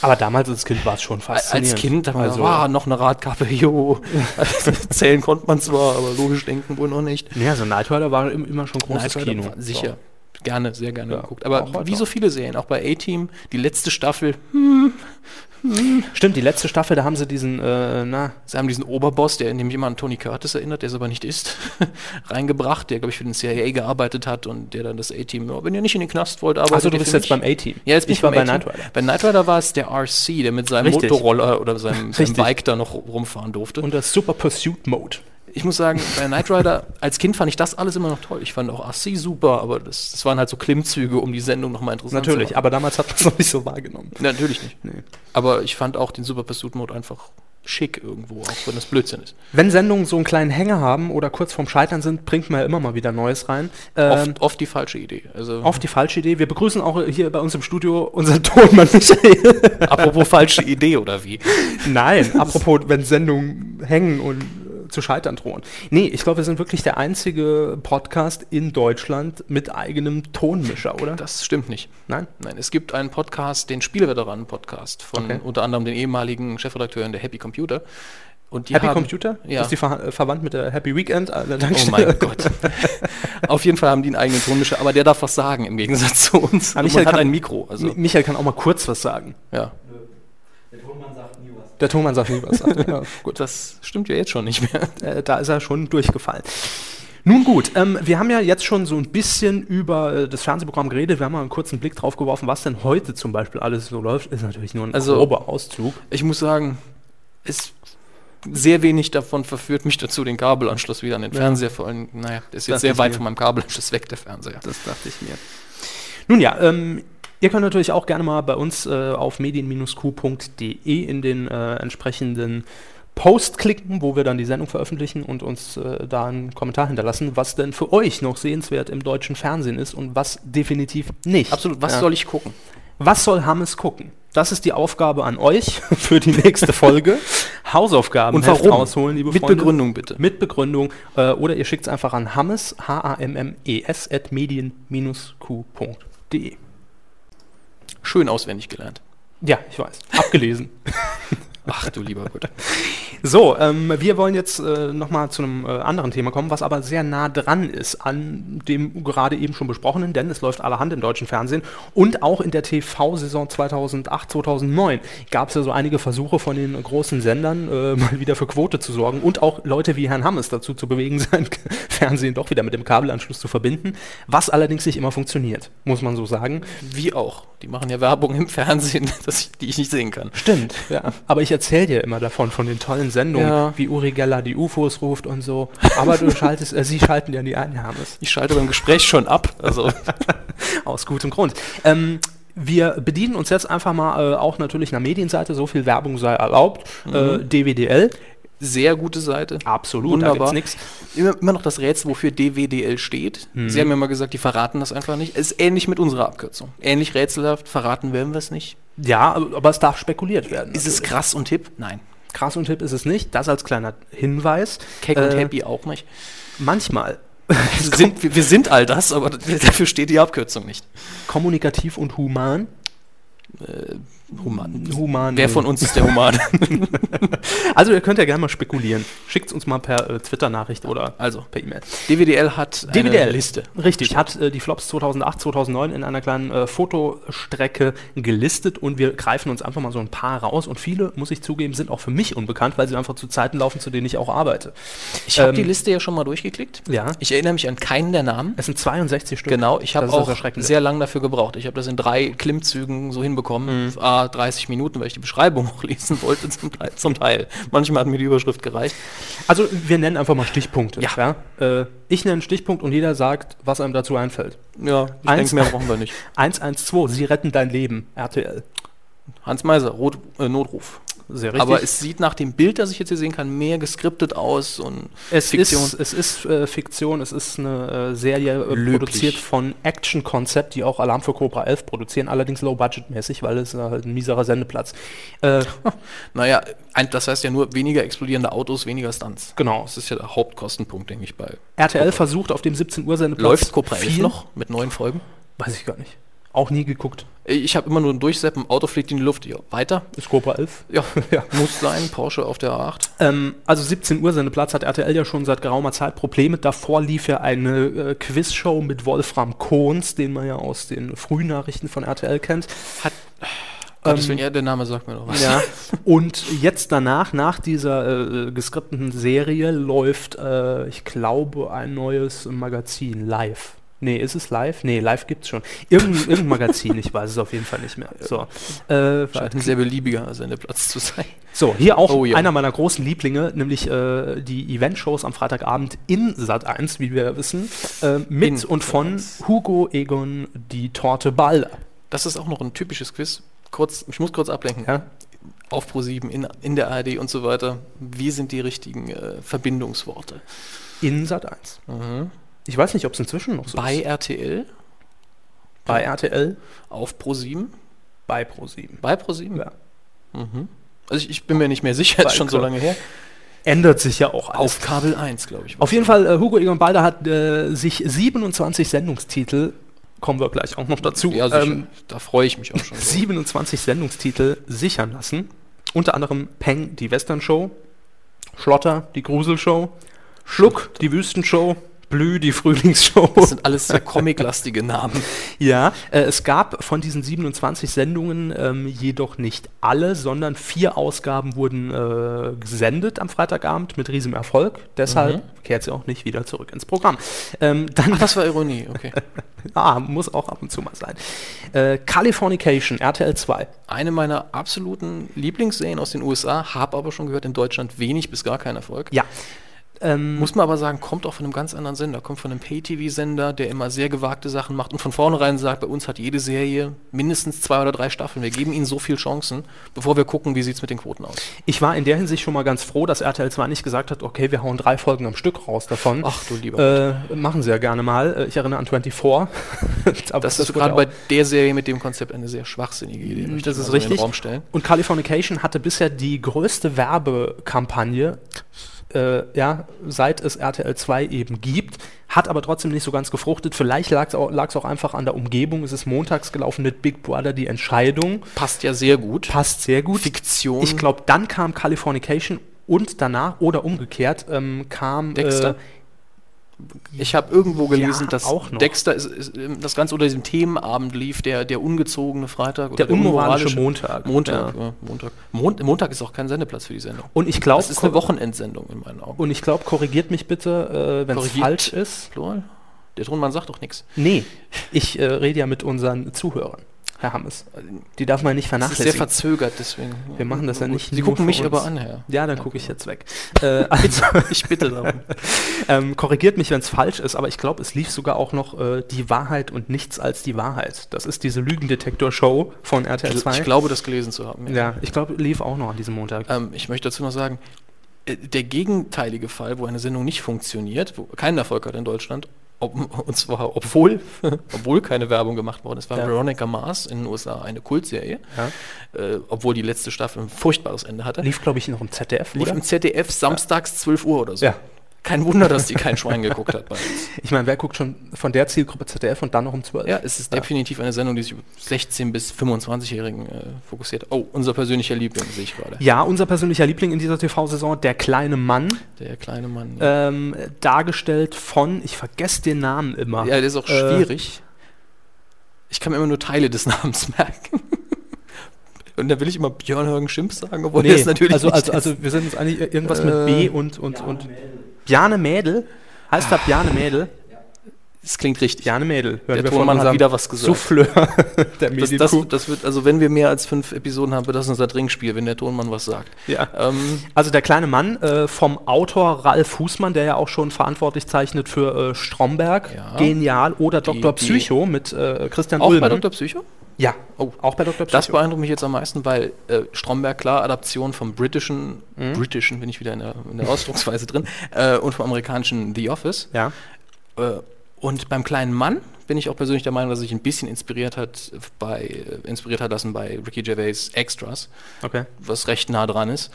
S2: Aber damals als Kind war es schon faszinierend.
S3: Als Kind, da war
S2: also,
S3: wow, noch eine Radkappe, jo. Zählen konnte man zwar, aber logisch denken wohl noch nicht.
S2: Ja, so Knight Rider war im- immer schon großes
S3: Knight Rider
S2: Kino.
S3: war Sicher. Gerne, sehr gerne
S2: Ja,
S3: geguckt.
S2: auch
S3: Aber
S2: heute
S3: wie so
S2: noch.
S3: viele Serien, auch bei A-Team, die letzte Staffel,
S2: So. Stimmt, die letzte Staffel, da haben sie diesen, äh, na,
S3: sie haben diesen Oberboss, der nämlich immer an Tony Curtis erinnert, der es aber nicht ist, reingebracht, der, glaube ich, für den CIA gearbeitet hat und der dann das A-Team, "Ja, wenn ihr nicht in den Knast wollt, aber.
S2: also du bist jetzt beim A-Team.
S3: Ja, jetzt bin
S2: ich
S3: ich,
S2: war
S3: beim
S2: bei
S3: A-Team.
S2: Knight Rider.
S3: Bei Knight Rider war es der RC, der mit seinem
S2: Richtig.
S3: Motorroller oder seinem, seinem
S2: Richtig.
S3: Bike da noch rumfahren durfte.
S2: Und das Super Pursuit Mode.
S3: ich muss sagen, bei Knight Rider, als Kind fand ich das alles immer noch toll. Ich fand auch RC super, aber das, das waren halt so Klimmzüge, um die Sendung nochmal interessant zu
S2: Natürlich,
S3: machen.
S2: aber damals hat man es noch nicht so wahrgenommen.
S3: Natürlich nicht. Aber ich fand auch den Super Pursuit Mode einfach schick irgendwo, auch wenn das Blödsinn ist.
S2: Wenn Sendungen so einen kleinen Hänger haben oder kurz vorm Scheitern sind, bringt man ja immer mal wieder Neues rein. Ähm,
S3: oft, oft die falsche Idee. Also,
S2: Auf die falsche Idee. Wir begrüßen auch hier bei uns im Studio unseren Tonmann Michael.
S3: apropos falsche Idee oder wie?
S2: Nein, apropos, wenn Sendungen hängen und äh, zu scheitern drohen. Nee, ich glaube, wir sind wirklich der einzige Podcast in Deutschland mit eigenem Tonmischer, oder?
S3: Das stimmt nicht.
S2: Nein?
S3: Nein, es gibt einen Podcast, den Spieleveteranen-Podcast von
S2: Okay.
S3: unter anderem den ehemaligen Chefredakteuren der Happy Computer. Und die
S2: Happy
S3: haben-
S2: Computer?
S3: Ja.
S2: Ist die ver äh, verwandt mit der Happy Weekend? Also, danke.
S3: Oh mein Gott. Auf jeden Fall haben die einen eigenen Tonmischer, aber der darf was sagen im Gegensatz zu uns.
S2: Aber
S3: Und
S2: Michael
S3: man hat
S2: kann-
S3: ein Mikro. Also,
S2: Mi- Michael kann auch mal kurz was sagen.
S3: ja.
S2: Der Tonmann sagt nie was. ja,
S3: Gut, das stimmt ja jetzt schon nicht mehr.
S2: äh, da ist er schon durchgefallen. Nun gut, ähm, wir haben ja jetzt schon so ein bisschen über äh, das Fernsehprogramm geredet. Wir haben mal einen kurzen Blick drauf geworfen, was denn heute zum Beispiel alles so läuft. Ist natürlich nur ein
S3: Also-
S2: grober Auszug.
S3: Ich muss sagen, es sehr wenig davon verführt mich dazu, den Kabelanschluss wieder an den Fernseher. Vor allem, naja, der ist jetzt
S2: Das
S3: sehr
S2: ist
S3: weit
S2: mir-
S3: von meinem Kabelanschluss weg, der Fernseher.
S2: Das dachte ich mir. Nun ja, ähm, ihr könnt natürlich auch gerne mal bei uns äh, auf medien-q.de in den äh, entsprechenden Post klicken, wo wir dann die Sendung veröffentlichen und uns äh, da einen Kommentar hinterlassen, was denn für euch noch sehenswert im deutschen Fernsehen ist und was definitiv nicht.
S3: Absolut, was
S2: Ja.
S3: soll ich gucken?
S2: Was soll Hammes gucken? Das ist die Aufgabe an euch für die nächste Folge. Hausaufgaben
S3: Und warum?
S2: rausholen, liebe
S3: Mit
S2: Freunde.
S3: Begründung bitte.
S2: Mit Begründung. Äh, oder ihr schickt es einfach an hammes, H-A-M-M-E-S, E at medien-q.de.
S3: Schön auswendig gelernt.
S2: Ja, ich weiß. Abgelesen.
S3: Ach du lieber Gott.
S2: so, ähm, wir wollen jetzt äh, nochmal zu einem äh, anderen Thema kommen, was aber sehr nah dran ist an dem gerade eben schon besprochenen, denn es läuft allerhand im deutschen Fernsehen und auch in der TV-Saison 2008, 2009 gab es ja so einige Versuche von den großen Sendern, äh, mal wieder für Quote zu sorgen und auch Leute wie Herrn Hammes dazu zu bewegen, sein Fernsehen doch wieder mit dem Kabelanschluss zu verbinden, was allerdings nicht immer funktioniert, muss man so sagen.
S3: Wie auch. Die machen ja Werbung im Fernsehen, dass ich, die ich nicht sehen kann.
S2: Stimmt, ja. Aber ich erzähle dir immer davon, von den tollen Sendungen,
S3: Ja.
S2: wie Uri Geller die UFOs ruft und so. Aber du schaltest, äh, sie schalten ja nie ein, Herr Hammes.
S3: Ich schalte beim Gespräch schon ab. Also,
S2: Aus gutem Grund. Ähm, wir bedienen uns jetzt einfach mal äh, auch natürlich einer Medienseite, so viel Werbung sei erlaubt. Äh, DWDL,
S3: sehr gute Seite.
S2: absolut,
S3: Wunderbar.
S2: da gibt's nichts.
S3: Immer, immer noch das Rätsel, wofür DWDL steht. Sie haben ja mal gesagt, die verraten das einfach nicht. Es ist ähnlich mit unserer Abkürzung. Ähnlich rätselhaft, verraten werden wir es nicht.
S2: Ja, aber aber es darf spekuliert werden. Also,
S3: Ist es
S2: natürlich.
S3: krass und hip? Nein.
S2: krass und hip ist es nicht. Das als kleiner Hinweis.
S3: Keck und
S2: Äh,
S3: happy auch nicht.
S2: Manchmal
S3: Wir sind, wir, wir sind all das, aber dafür steht die Abkürzung nicht.
S2: kommunikativ und human.
S3: Human.
S2: Human.
S3: Wer von uns ist der Human?
S2: Also ihr könnt ja gerne mal spekulieren. Schickt uns mal per äh, Twitter-Nachricht oder
S3: Also,
S2: per E-Mail.
S3: DWDL hat eine
S2: DWDL.
S3: Liste.
S2: Richtig, hat äh, die Flops 2008, 2009 in einer kleinen äh, Fotostrecke gelistet und wir greifen uns einfach mal so ein paar raus und viele, muss ich zugeben, sind auch für mich unbekannt, weil sie einfach zu Zeiten laufen, zu denen ich auch arbeite.
S3: Ich habe
S2: Ähm,
S3: die Liste ja schon mal durchgeklickt.
S2: Ja.
S3: Ich erinnere mich an keinen der Namen.
S2: Es sind 62 Stück.
S3: Genau, ich habe
S2: Das ist das
S3: auch
S2: Erschreckende. Mhm.
S3: sehr lang dafür gebraucht. Ich habe das in drei Klimmzügen so hinbekommen. Ah, A 30 Minuten, weil ich die Beschreibung auch lesen wollte zum Teil. Zum Teil. Manchmal hat mir die Überschrift gereicht.
S2: Also wir nennen einfach mal Stichpunkte.
S3: Ja.
S2: ja? Äh, ich nenne einen Stichpunkt und jeder sagt, was einem dazu einfällt.
S3: Ja, ich
S2: Eins-
S3: denke, mehr brauchen wir nicht.
S2: 112, Sie retten dein Leben, RTL.
S3: Hans Meiser, Rot, äh, Notruf.
S2: Sehr
S3: Aber es sieht nach dem Bild, das ich jetzt hier sehen kann, mehr geskriptet aus und
S2: Es
S3: Fiktion.
S2: ist, es ist äh, Fiktion, es ist eine äh, Serie äh,
S3: Löblich.
S2: produziert von Action Concept, die auch Alarm für Cobra 11 produzieren, allerdings low-budget-mäßig, weil es äh, halt ein mieserer Sendeplatz. Äh,
S3: naja, ein, das heißt ja nur weniger explodierende Autos, weniger Stunts.
S2: genau.
S3: Das ist ja der Hauptkostenpunkt, denke ich, bei.
S2: RTL versucht auf dem 17 Uhr Sendeplatz
S3: Läuft Cobra 11
S2: viel-
S3: noch mit neuen Folgen?
S2: Weiß ich gar nicht. Auch nie geguckt.
S3: Ich habe immer nur ein Durchseppen, Auto fliegt in die Luft. Ja, weiter.
S2: Ist Cobra 11?
S3: Ja,
S2: Ja.
S3: muss sein, Porsche auf der A8.
S2: Ähm, also 17 Uhr Sendeplatz hat RTL ja schon seit geraumer Zeit Probleme. Davor lief ja eine äh, Quizshow mit Wolfram Kohns, den man ja aus den Frühnachrichten von RTL kennt.
S3: Hat-
S2: Ähm,
S3: Gottes Willen, ja, der Name sagt mir noch was.
S2: Ja. Und jetzt danach, nach dieser äh, geskripteten Serie, läuft, äh, ich glaube, ein neues Magazin live. Nee, ist es live? Nee, live gibt's schon. Irgendein, irgendein Magazin, ich weiß es auf jeden Fall nicht mehr. So, äh,
S3: Scheint ein sehr beliebiger Sendeplatz zu sein.
S2: so hier auch
S3: Oh ja.
S2: einer meiner großen Lieblinge, nämlich äh, die Event-Shows am Freitagabend in Sat 1, wie wir ja wissen, äh, mit
S3: In
S2: und von Hugo Egon die Torte Ball.
S3: Das ist auch noch ein typisches Quiz. Kurz, ich muss kurz ablenken.
S2: Ja?
S3: Auf Pro7, in, in der ARD und so weiter. Wie sind die richtigen äh, Verbindungsworte?
S2: In Sat 1. Ich weiß nicht, ob es inzwischen noch so
S3: Bei
S2: ist.
S3: RTL,
S2: Bei RTL,
S3: auf Pro7,
S2: bei ProSieben.
S3: bei Pro7.
S2: Ja.
S3: Mhm. Also ich, ich bin mir nicht mehr sicher, ist
S2: Bei
S3: schon so
S2: Kö-
S3: lange her.
S2: ändert sich ja auch alles.
S3: Auf Kabel 1, glaube ich.
S2: Auf jeden Fall, äh, Hugo Egon Balder hat äh, sich 27 Sendungstitel, kommen wir gleich auch noch dazu,
S3: Ja, sicher.
S2: ähm,
S3: da freue ich mich auch schon. drauf.
S2: 27 Sendungstitel sichern lassen. Unter anderem Peng, die Western Show, Schlotter, die Gruselshow, Schluck, die Wüstenshow, Blü, die Frühlingsshow.
S3: Das sind alles so comiclastige Namen.
S2: Ja, äh, es gab von diesen 27 Sendungen ähm, jedoch nicht alle, sondern vier Ausgaben wurden äh, gesendet am Freitagabend mit riesigem Erfolg. Deshalb
S3: Mhm.
S2: kehrt sie auch nicht wieder zurück ins Programm. Ähm, dann,
S3: Das war Ironie, okay.
S2: ah, muss auch ab und zu mal sein. Äh, Californication, RTL 2.
S3: Eine meiner absoluten Lieblingsserien aus den USA, habe aber schon gehört, in Deutschland wenig bis gar kein Erfolg.
S2: Ja. Ähm,
S3: Muss man aber sagen, kommt auch von einem ganz anderen Sender, kommt von einem Pay-TV-Sender, der immer sehr gewagte Sachen macht und von vornherein sagt, bei uns hat jede Serie mindestens zwei oder drei Staffeln. Wir geben ihnen so viel Chancen, bevor wir gucken, wie sieht es mit den Quoten aus.
S2: ich war in der Hinsicht schon mal ganz froh, dass RTL 2 nicht gesagt hat, okay, wir hauen drei Folgen am Stück raus davon.
S3: Ach du lieber.
S2: äh, machen sie ja gerne mal. Äh, Ich erinnere an 24. Aber
S3: das, ist
S2: wurde
S3: gerade
S2: auch-
S3: bei der Serie mit dem Konzept eine sehr schwachsinnige Idee. möchte
S2: Das
S3: ich
S2: ist
S3: mal so in den
S2: richtig.
S3: Raum stellen.
S2: Und Californication hatte bisher die größte Werbekampagne, äh, ja, seit es RTL 2 eben gibt, hat aber trotzdem nicht so ganz gefruchtet. Vielleicht lag es auch, lag's auch einfach an der Umgebung. Es ist montags gelaufen mit Big Brother die Entscheidung.
S3: Passt ja sehr gut.
S2: Passt sehr gut.
S3: Fiktion.
S2: Ich glaube, dann kam Californication und danach oder umgekehrt ähm, kam
S3: Dexter?
S2: Äh,
S3: Ich habe irgendwo gelesen,
S2: Ja,
S3: dass
S2: auch noch.
S3: Dexter ist, ist, ähm, das Ganze unter diesem Themenabend lief, der, der ungezogene Freitag oder
S2: der unmoralische Montag.
S3: Montag.
S2: Ja.
S3: Ja. Montag. Mon Montag ist auch kein Sendeplatz für die Sendung.
S2: Und ich glaube,
S3: Das ist eine Wochenendsendung in meinen Augen.
S2: und ich glaube, korrigiert mich bitte, äh, wenn es
S3: Korrigiert.
S2: falsch ist.
S3: Plural? Der Tonmann sagt doch nichts.
S2: Nee, ich äh, rede ja mit unseren Zuhörern, Herr Hammes. Die darf man nicht
S3: Das ist sehr
S2: vernachlässigen.
S3: verzögert, deswegen.
S2: Wir machen das ja
S3: Gut.
S2: nicht
S3: Sie
S2: nur
S3: gucken
S2: für
S3: mich
S2: uns.
S3: aber an, Herr.
S2: ja, dann gucke ich jetzt weg. Äh, also,
S3: Ich bitte darum.
S2: ähm, korrigiert mich, wenn es falsch ist, aber ich glaube, es lief sogar auch noch äh, Die Wahrheit und nichts als die Wahrheit. Das ist diese Lügendetektor-Show von RTL 2.
S3: ich glaube, das gelesen zu haben.
S2: ja, ich glaube, lief auch noch an diesem Montag.
S3: Ähm, ich möchte dazu noch sagen, äh, der gegenteilige Fall, wo eine Sendung nicht funktioniert, wo keinen Erfolg hat in Deutschland, ob, und zwar obwohl, obwohl keine Werbung gemacht worden ist, war
S2: Ja.
S3: Veronica Mars in den USA eine Kultserie,
S2: Ja.
S3: äh, obwohl die letzte Staffel ein furchtbares Ende hatte.
S2: Lief, glaube ich, noch im ZDF,
S3: Lief
S2: oder?
S3: im ZDF samstags 12 Uhr oder so.
S2: Ja.
S3: Kein Wunder, dass die kein Schwein geguckt hat bei uns.
S2: Ich meine, wer guckt schon von der Zielgruppe ZDF und dann noch um 12?
S3: Ja, es ist definitiv eine Sendung, die sich auf 16- bis 25-Jährigen äh, fokussiert. Oh, unser persönlicher Liebling, sehe ich gerade.
S2: ja, unser persönlicher Liebling in dieser TV-Saison, der kleine Mann.
S3: Der kleine Mann.
S2: ähm, dargestellt von, ich vergesse den Namen immer.
S3: Ja, das ist auch
S2: Äh,
S3: schwierig. Ich kann mir immer nur Teile des Namens merken. Und da will ich immer Björn Hörgen Schimpf sagen, obwohl
S2: Nee,
S3: er es natürlich
S2: also,
S3: nicht
S2: also,
S3: ist.
S2: also wir sind uns eigentlich irgendwas
S3: Äh,
S2: mit B und und und. Bjane Mädel heißt da Bjane Mädel.
S3: Das klingt richtig.
S2: Jane Mädel.
S3: Der Tonmann hat wieder was gesagt.
S2: Souffleur der
S3: Das,
S2: Medienkuh.
S3: das, das wird, also wenn wir mehr als fünf Episoden haben, wird das unser Drinkspiel, wenn der Tonmann was sagt.
S2: ja.
S3: Ähm,
S2: Also der kleine Mann äh, vom Autor Ralf Husmann, der ja auch schon verantwortlich zeichnet für äh, Stromberg,
S3: Ja.
S2: genial, oder Dr.
S3: die-
S2: Psycho mit äh, Christian
S3: auch bei
S2: Ulmen.
S3: Dr. Psycho?
S2: ja,
S3: Oh.
S2: auch bei Dr. Psycho.
S3: Das beeindruckt mich jetzt am meisten, weil äh, Stromberg, klar, Adaption vom britischen,
S2: Mhm.
S3: britischen bin ich wieder in der, in der Ausdrucksweise drin, äh, und vom amerikanischen The Office.
S2: ja.
S3: Äh, und beim kleinen Mann bin ich auch persönlich der Meinung, dass sich ein bisschen inspiriert hat bei äh, inspiriert hat lassen bei Ricky Gervais Extras,
S2: Okay.
S3: was recht nah dran ist,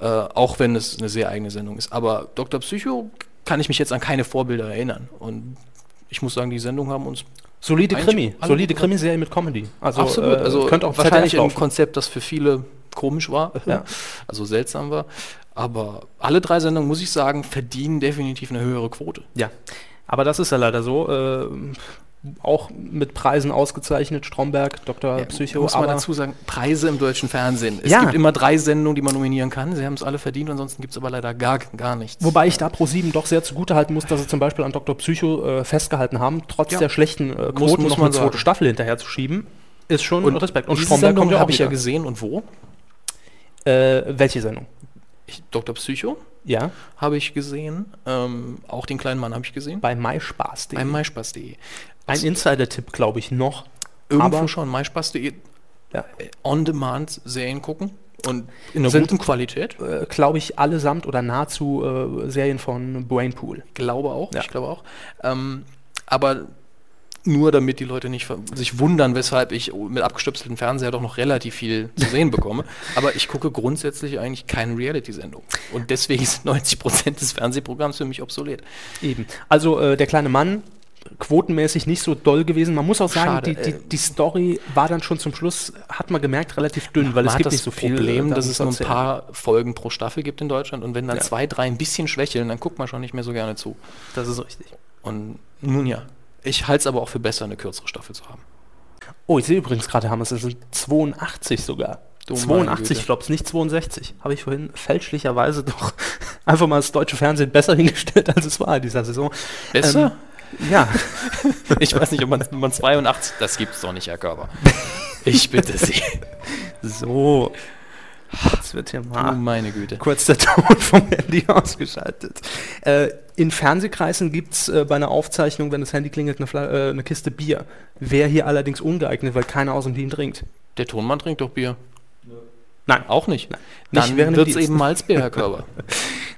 S3: äh, auch wenn es eine sehr eigene Sendung ist. Aber Dr. Psycho kann ich mich jetzt an keine Vorbilder erinnern und ich muss sagen, die Sendung haben uns
S2: Solide
S3: Eigentlich-
S2: Krimi,
S3: alle-
S2: solide Krimiserie mit Comedy. Also,
S3: absolut,
S2: äh,
S3: also
S2: könnte auch
S3: wahrscheinlich
S2: ZDF
S3: ein
S2: laufen.
S3: Konzept, das für viele komisch war,
S2: Ja.
S3: also seltsam war. Aber alle drei Sendungen, muss ich sagen, verdienen definitiv eine höhere Quote.
S2: Ja, aber das ist ja leider so. Äh, auch mit Preisen ausgezeichnet, Stromberg, Dr. Psycho.
S3: muss man
S2: aber-
S3: dazu sagen, Preise im deutschen Fernsehen. Es
S2: Ja.
S3: gibt immer drei Sendungen, die man nominieren kann. Sie haben es alle verdient, ansonsten gibt es aber leider gar, gar nichts.
S2: Wobei ich da Pro7 doch sehr zugutehalten muss, dass sie zum Beispiel an Dr. Psycho äh, festgehalten haben, trotz
S3: Ja.
S2: der schlechten äh, Quoten
S3: muss
S2: noch
S3: man
S2: eine zweite
S3: sagen.
S2: Staffel hinterherzuschieben. Ist schon
S3: und
S2: Respekt.
S3: diese
S2: Stromberg
S3: Sendung habe ich ja
S2: wieder.
S3: gesehen und wo?
S2: Äh, welche Sendung?
S3: Ich, Dr. Psycho
S2: Ja,
S3: habe ich gesehen, ähm, auch den kleinen Mann habe ich gesehen.
S2: bei MySpaß.de.
S3: Bei MySpaß.de.
S2: Ein Insider-Tipp, glaube ich, noch.
S3: Irgendwo
S2: Aber-
S3: schon MySpaß.de
S2: Ja.
S3: äh, on-demand Serien gucken und in einer
S2: Sind-
S3: guten Qualität.
S2: Äh, glaube ich, allesamt oder nahezu äh, Serien von Brainpool.
S3: Glaube auch,
S2: Ja.
S3: ich glaube auch. Ähm, aber nur damit die Leute nicht ver- sich wundern, weshalb ich mit abgestöpseltem Fernseher doch noch relativ viel zu sehen bekomme. Aber ich gucke grundsätzlich eigentlich keine Reality-Sendung. Und deswegen sind 90 Prozent des Fernsehprogramms für mich obsolet.
S2: Eben. Also äh, der kleine Mann, quotenmäßig nicht so doll gewesen. Man muss auch sagen,
S3: Schade,
S2: die, die,
S3: äh.
S2: die Story war dann schon zum Schluss, hat man gemerkt, relativ dünn, weil
S3: Man
S2: es
S3: hat
S2: gibt
S3: das
S2: nicht so viel.
S3: Problem,
S2: äh,
S3: dass es nur ein
S2: zu
S3: paar Folgen pro Staffel gibt in Deutschland. Und wenn dann
S2: Ja.
S3: zwei, drei ein bisschen schwächeln, dann guckt man schon nicht mehr so gerne zu.
S2: erzählen. Das ist richtig.
S3: Und nun ja, ich halte es aber auch für besser, eine kürzere Staffel zu haben.
S2: Oh, ich sehe übrigens gerade, Hammes, es sind 82 sogar.
S3: Du meine
S2: 82
S3: Güte.
S2: Flops, nicht 62. Habe ich vorhin fälschlicherweise doch einfach mal das deutsche Fernsehen besser hingestellt, als es war in dieser Saison.
S3: Besser?
S2: Ähm, ja,
S3: Ich weiß nicht, ob man, ob man 82, das gibt's doch nicht, Herr Körber. Ich bitte Sie.
S2: so. Jetzt wird hier
S3: Oh,
S2: mal.
S3: meine Güte.
S2: kurz der Ton vom Handy ausgeschaltet. Äh, in Fernsehkreisen gibt es äh, bei einer Aufzeichnung, wenn das Handy klingelt, eine, Fla äh, eine Kiste Bier. Wäre hier allerdings ungeeignet, weil keiner aus dem Team trinkt.
S3: Der Tonmann trinkt doch Bier.
S2: Nein.
S3: Auch nicht.
S2: Nicht
S3: Dann
S2: während dem
S3: wird's
S2: Dienst.
S3: eben Malzbier, Herr Körber.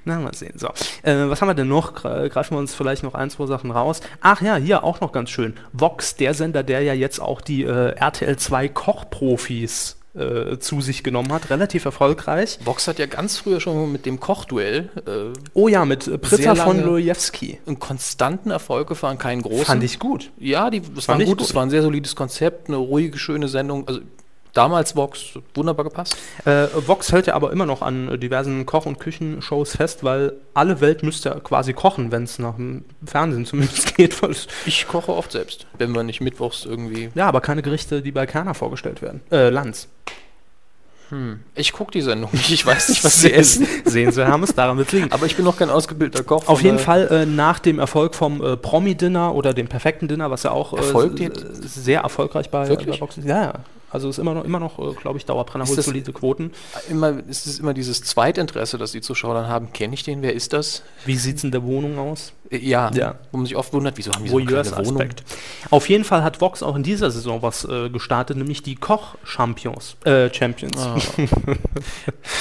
S2: Na, mal sehen. So. Äh, was haben wir denn noch? Gra- Greifen wir uns vielleicht noch ein, zwei Sachen raus. Ach ja, hier auch noch ganz schön. Vox, der Sender, der ja jetzt auch die äh, RTL 2 Kochprofis äh, zu sich genommen hat. Relativ erfolgreich.
S3: Vox hat ja ganz früher schon mit dem Kochduell äh,
S2: Oh ja, mit äh, Britta
S3: Sehr lange-
S2: von Lojewski.
S3: einen konstanten Erfolg gefahren, keinen großen.
S2: Fand ich gut.
S3: Ja, die, das war
S2: Fand
S3: ein
S2: ich
S3: gutes,
S2: gut.
S3: war ein sehr solides Konzept, eine ruhige, schöne Sendung. Also damals Vox, wunderbar gepasst.
S2: Äh, Vox hält ja aber immer noch an äh, diversen Koch- und Küchenshows fest, weil alle Welt müsste ja quasi kochen, wenn es nach dem Fernsehen zumindest geht. weil es-
S3: Ich koche oft selbst, wenn wir nicht mittwochs irgendwie
S2: Ja, aber keine Gerichte, die bei Kerner vorgestellt werden. Äh, Lanz. Hm.
S3: Ich gucke die Sendung nicht, ich weiß nicht, was sie essen.
S2: Sehen Sie, Hermes, daran wird liegen.
S3: Aber ich bin noch kein ausgebildeter Koch.
S2: Auf
S3: von
S2: jeden
S3: daher-
S2: Fall äh, nach dem Erfolg vom äh, Promi-Dinner oder dem perfekten Dinner, was ja auch äh,
S3: Erfolg,
S2: s-
S3: die-
S2: äh, sehr erfolgreich bei,
S3: Wirklich?
S2: bei Vox ist. Ja, ja. Also ist immer noch, immer noch äh, glaube ich, Dauerbrenner,
S3: Ist
S2: holt
S3: das-
S2: solide Quoten.
S3: Immer, es ist immer dieses Zweitinteresse, das die Zuschauer dann haben. Kenne ich den? Wer ist das?
S2: Wie sieht es in der Wohnung aus?
S3: Äh, Ja,
S2: Ja.
S3: wo man sich oft wundert, wieso haben die so eine kleine Wohnung?
S2: Voyeursaspekt. Auf jeden Fall hat Vox auch in dieser Saison was äh, gestartet, nämlich die Koch-Champions. Äh, Champions.
S3: Ah.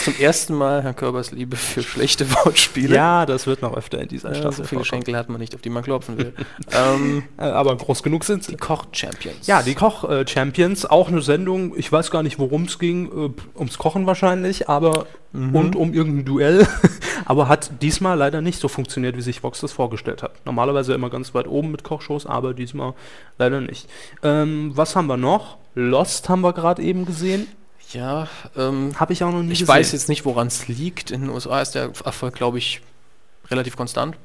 S3: Zum ersten Mal Herr Körbers Liebe für schlechte Wortspiele.
S2: Ja, das wird noch öfter in dieser
S3: Äh, so
S2: Staffel
S3: viele
S2: vorkommen.
S3: Schenkel hat man nicht, auf die man klopfen will. ähm,
S2: Äh, aber groß genug sind sie.
S3: die Koch-Champions.
S2: Ja, die Koch-Champions, auch eine Sendung, ich weiß gar nicht, worum es ging, äh, ums Kochen wahrscheinlich, aber
S3: Mhm.
S2: und um irgendein Duell, aber hat diesmal leider nicht so funktioniert, wie sich Vox das vorgestellt hat. Normalerweise immer ganz weit oben mit Kochshows, aber diesmal leider nicht. Ähm, was haben wir noch? Lost haben wir gerade eben gesehen.
S3: Ja, ähm,
S2: Habe ich auch noch nie
S3: ich
S2: gesehen.
S3: weiß jetzt nicht, woran es liegt. In den USA ist der Erfolg, glaube ich, relativ konstant.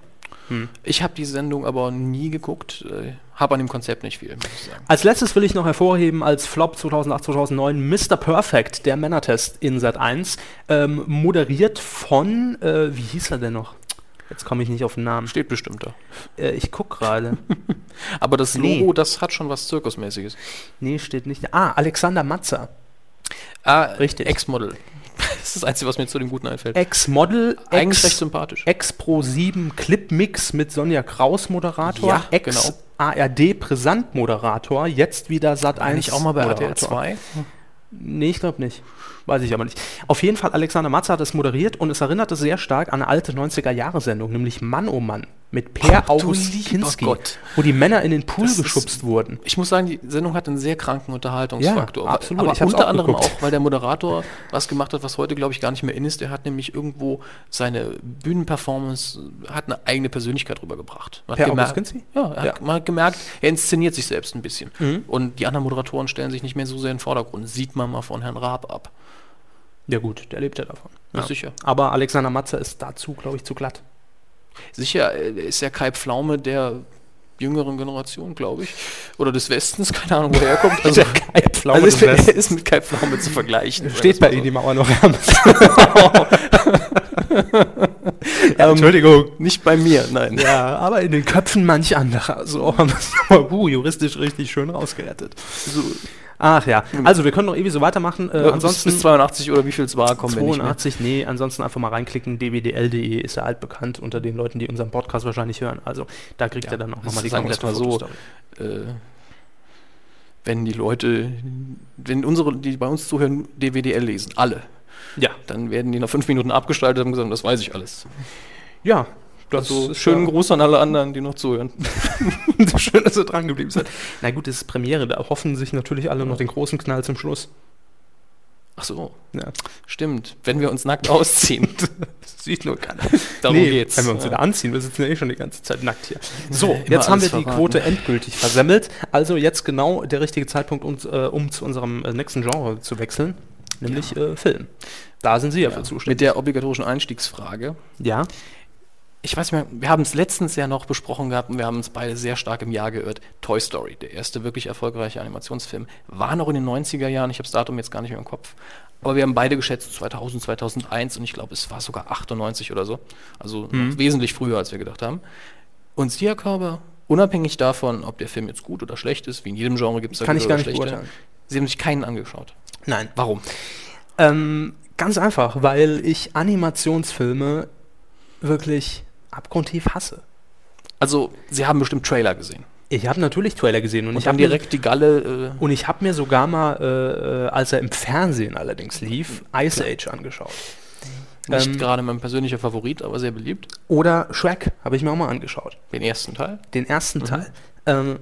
S2: Hm.
S3: Ich habe die Sendung aber nie geguckt, äh, habe an dem Konzept nicht viel, muss ich sagen.
S2: Als letztes will ich noch hervorheben, als Flop 2008, 2009, Mr. Perfect, der Männertest in Sat 1, ähm, moderiert von, äh, wie hieß er denn noch? Jetzt komme ich nicht auf den Namen.
S3: Steht bestimmt da.
S2: Äh, ich gucke gerade.
S3: Aber das
S2: Nee.
S3: Logo, das hat schon was Zirkusmäßiges.
S2: nee, steht nicht. Ah, Alexander Matzer.
S3: Ah,
S2: Richtig.
S3: Ex-Model. Das ist das Einzige, was mir zu dem Guten einfällt.
S2: Ex-Model,
S3: Eigentlich
S2: Ex-
S3: recht sympathisch.
S2: Ex-Pro7 Clip-Mix mit Sonja Kraus Moderator,
S3: Ja, genau.
S2: Ex-ARD-Präsent Moderator, jetzt wieder Sat1 Nee, ich glaube nicht. Weiß ich aber nicht. Auf jeden Fall, Alexander Matze hat es moderiert und es erinnerte sehr stark an eine alte 90er-Jahre-Sendung, nämlich Mann oh Mann mit Per
S3: Ach, du
S2: August
S3: lieber
S2: Kinski,
S3: Gott.
S2: wo die Männer in den Pool
S3: Das ist-
S2: geschubst wurden.
S3: Ich muss sagen, die Sendung hat einen sehr kranken Unterhaltungsfaktor.
S2: Ja,
S3: weil-
S2: absolut.
S3: Aber
S2: Ich hab's
S3: unter
S2: auch
S3: anderem
S2: geguckt.
S3: auch, weil der Moderator was gemacht hat, was heute, glaube ich, gar nicht mehr in ist. Er hat nämlich irgendwo seine Bühnenperformance, hat eine eigene Persönlichkeit rübergebracht. Man
S2: Per
S3: hat
S2: August
S3: gemerkt-
S2: Kinski?
S3: Ja, er
S2: Ja. Mhm.
S3: Hat, man hat gemerkt, er inszeniert sich selbst ein bisschen. Und die anderen Moderatoren stellen sich nicht mehr so sehr in den Vordergrund. Sieht man mal von Herrn Raab ab.
S2: Ja gut, der lebt ja davon.
S3: Ja.
S2: Ja.
S3: Sicher.
S2: Aber Alexander Matze ist dazu, glaube ich, zu glatt.
S3: Sicher äh, ist ja Kai Pflaume der jüngeren Generation, glaube ich. Oder des Westens, keine Ahnung, wo er herkommt. Also,
S2: Kai Pflaume
S3: also ist,
S2: des Westens.
S3: ist mit Kai Pflaume zu vergleichen.
S2: Steht bei Ihnen die Mauer noch am
S3: Entschuldigung. Nicht bei mir, nein.
S2: Ähm, Ja, aber in den Köpfen manch anderer. So haben wir es nochmal uh, juristisch richtig schön rausgerettet.
S3: So,
S2: Ach ja, also wir können noch ewig so weitermachen. Äh,
S3: ansonsten
S2: ansonsten
S3: Also, bis 82 oder wie viel es war, kommen wir nicht mehr.
S2: 82, nee, ansonsten einfach mal reinklicken. dwdl.de ist ja altbekannt unter den Leuten, die unseren Podcast wahrscheinlich hören. Also da kriegt er dann auch
S3: das
S2: nochmal die
S3: sagen wir
S2: komplette
S3: jetzt mal so.
S2: Fotostory.
S3: Äh, wenn die Leute, wenn unsere, die bei uns zuhören, DWDL lesen, alle,
S2: Ja,
S3: dann werden die nach fünf Minuten abgestaltet und haben gesagt, das weiß ich alles.
S2: ja. Das
S3: Also
S2: ist
S3: schönen
S2: ja-
S3: Gruß an alle anderen, die noch zuhören.
S2: Schön, dass ihr dran geblieben seid. Na gut, es ist Premiere, da hoffen sich natürlich alle noch den großen Knall zum Schluss.
S3: Ach so,
S2: Ja.
S3: stimmt. Wenn wir uns nackt ausziehen,
S2: Das sieht nur keiner.
S3: darum geht's.
S2: Wenn wir uns
S3: Ja.
S2: wieder anziehen, wir sitzen ja eh schon die ganze Zeit nackt hier. So,
S3: immer
S2: jetzt haben wir
S3: alles
S2: die
S3: verraten.
S2: Quote endgültig versemmelt. Also jetzt genau der richtige Zeitpunkt, uns, äh, um zu unserem äh, nächsten Genre zu wechseln, nämlich äh, Film. Da sind Sie ja, für
S3: ja.
S2: zuständig.
S3: Mit der obligatorischen Einstiegsfrage.
S2: Ja.
S3: Ich weiß nicht mehr, wir haben es letztens ja noch besprochen gehabt und wir haben uns beide sehr stark im Jahr geirrt. Toy Story, der erste wirklich erfolgreiche Animationsfilm, war noch in den 90er Jahren, ich habe das Datum jetzt gar nicht mehr im Kopf. Aber wir haben beide geschätzt 2000, 2001 und ich glaube, es war sogar 98 oder so. Also noch wesentlich früher, als wir gedacht haben. Und Sia Körber, unabhängig davon, ob der Film jetzt gut oder schlecht ist, wie in jedem Genre gibt es da
S2: Kann
S3: gute
S2: ich gar
S3: oder
S2: nicht
S3: schlechte,
S2: beurteilen.
S3: Sie haben sich keinen angeschaut.
S2: Nein.
S3: Warum?
S2: Ähm, ganz einfach, weil ich Animationsfilme wirklich abgrundtief hasse.
S3: Also, Sie haben bestimmt Trailer gesehen.
S2: Ich habe natürlich Trailer gesehen und,
S3: Und
S2: ich
S3: haben
S2: habe direkt
S3: direkt die Galle. Äh,
S2: und ich habe mir sogar mal, äh, äh, als er im Fernsehen allerdings lief, Ice Age angeschaut.
S3: äh, Nicht
S2: Ähm,
S3: gerade mein persönlicher Favorit, aber sehr beliebt.
S2: Oder Shrek habe ich mir auch mal angeschaut.
S3: Den ersten Teil.
S2: Den ersten Teil. Ähm,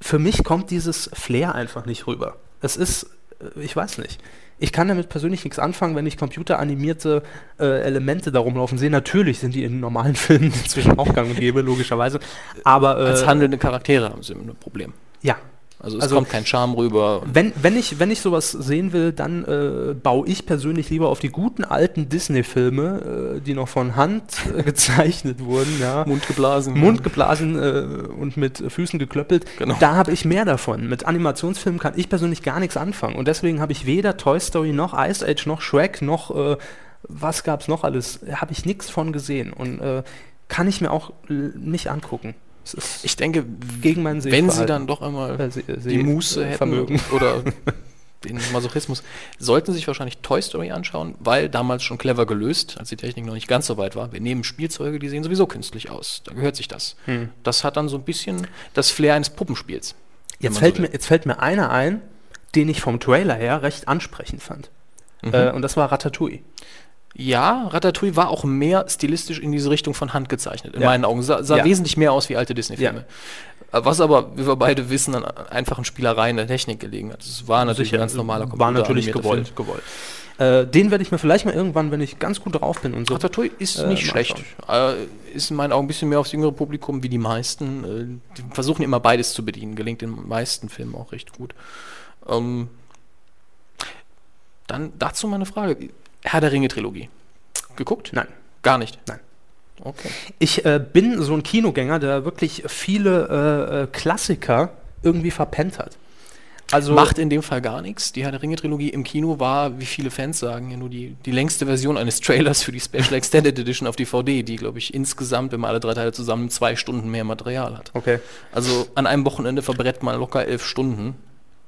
S2: für mich kommt dieses Flair einfach nicht rüber. Es ist, äh, ich weiß nicht. Ich kann damit persönlich nichts anfangen, wenn ich computeranimierte äh, Elemente da rumlaufen sehe. Natürlich sind die in normalen Filmen inzwischen auch gang und gäbe, logischerweise. Aber äh,
S3: Als handelnde Charaktere haben sie ein Problem.
S2: ja,
S3: Also es
S2: Also-
S3: kommt kein Charme rüber.
S2: wenn, wenn, ich, wenn ich sowas sehen will, dann äh, baue ich persönlich lieber auf die guten alten Disney-Filme, äh, die noch von Hand äh, gezeichnet wurden. Ja.
S3: Mund geblasen.
S2: Mund geblasen äh, und mit Füßen geklöppelt.
S3: Genau.
S2: Da habe ich mehr davon. Mit Animationsfilmen kann ich persönlich gar nichts anfangen. Und deswegen habe ich weder Toy Story noch Ice Age noch Shrek noch äh, was gab's noch alles, habe ich nichts von gesehen und äh, kann ich mir auch l- nicht angucken. Es ist
S3: Ich denke,
S2: gegen mein
S3: wenn sie
S2: Sehverhalten.
S3: dann doch einmal
S2: äh, se- äh,
S3: die
S2: Seh-
S3: Muße
S2: äh,
S3: hätten
S2: Vermögen.
S3: oder den Masochismus, sollten sich wahrscheinlich Toy Story anschauen, weil damals schon clever gelöst, als die Technik noch nicht ganz so weit war. Wir nehmen Spielzeuge, die sehen sowieso künstlich aus. Da gehört sich das.
S2: Hm.
S3: Das hat dann so ein bisschen das Flair eines Puppenspiels. wenn man
S2: Jetzt
S3: so
S2: fällt,
S3: will.
S2: mir, jetzt fällt mir einer ein, den ich vom Trailer her recht ansprechend fand.
S3: Mhm.
S2: Äh, und das war Ratatouille.
S3: Ja, Ratatouille war auch mehr stilistisch in diese Richtung von Hand gezeichnet. In
S2: Ja.
S3: meinen Augen sah, sah
S2: Ja.
S3: wesentlich mehr aus wie alte Disney-Filme. Äh, Was aber, wie wir beide wissen, an einfachen Spielereien der Technik gelegen hat. Es war natürlich ein ganz normaler
S2: äh, War natürlich
S3: computeranimierter
S2: gewollt. gewollt. Äh, den werde ich mir vielleicht mal irgendwann, wenn ich ganz gut drauf bin und so.
S3: Film. Ratatouille ist
S2: Äh,
S3: nicht
S2: mal
S3: schlecht. Äh, ist in meinen Augen ein bisschen mehr aufs jüngere Publikum wie die meisten. Äh, die versuchen immer beides zu bedienen. Gelingt den meisten Filmen auch recht gut. Ähm, dann dazu meine Frage. Herr der Ringe-Trilogie. Geguckt?
S2: Nein.
S3: Gar nicht?
S2: Nein.
S3: Okay.
S2: Ich äh, bin so ein Kinogänger, der wirklich viele äh, äh, Klassiker irgendwie verpennt hat. Also
S3: Macht in dem Fall gar nichts. Die Herr der Ringe-Trilogie im Kino war, wie viele Fans sagen, ja nur die, die längste Version eines Trailers für die Special Extended Edition auf DVD, die, glaube ich, insgesamt, wenn man alle drei Teile zusammen, zwei Stunden mehr Material hat.
S2: Okay.
S3: Also an einem Wochenende verbrennt man locker elf Stunden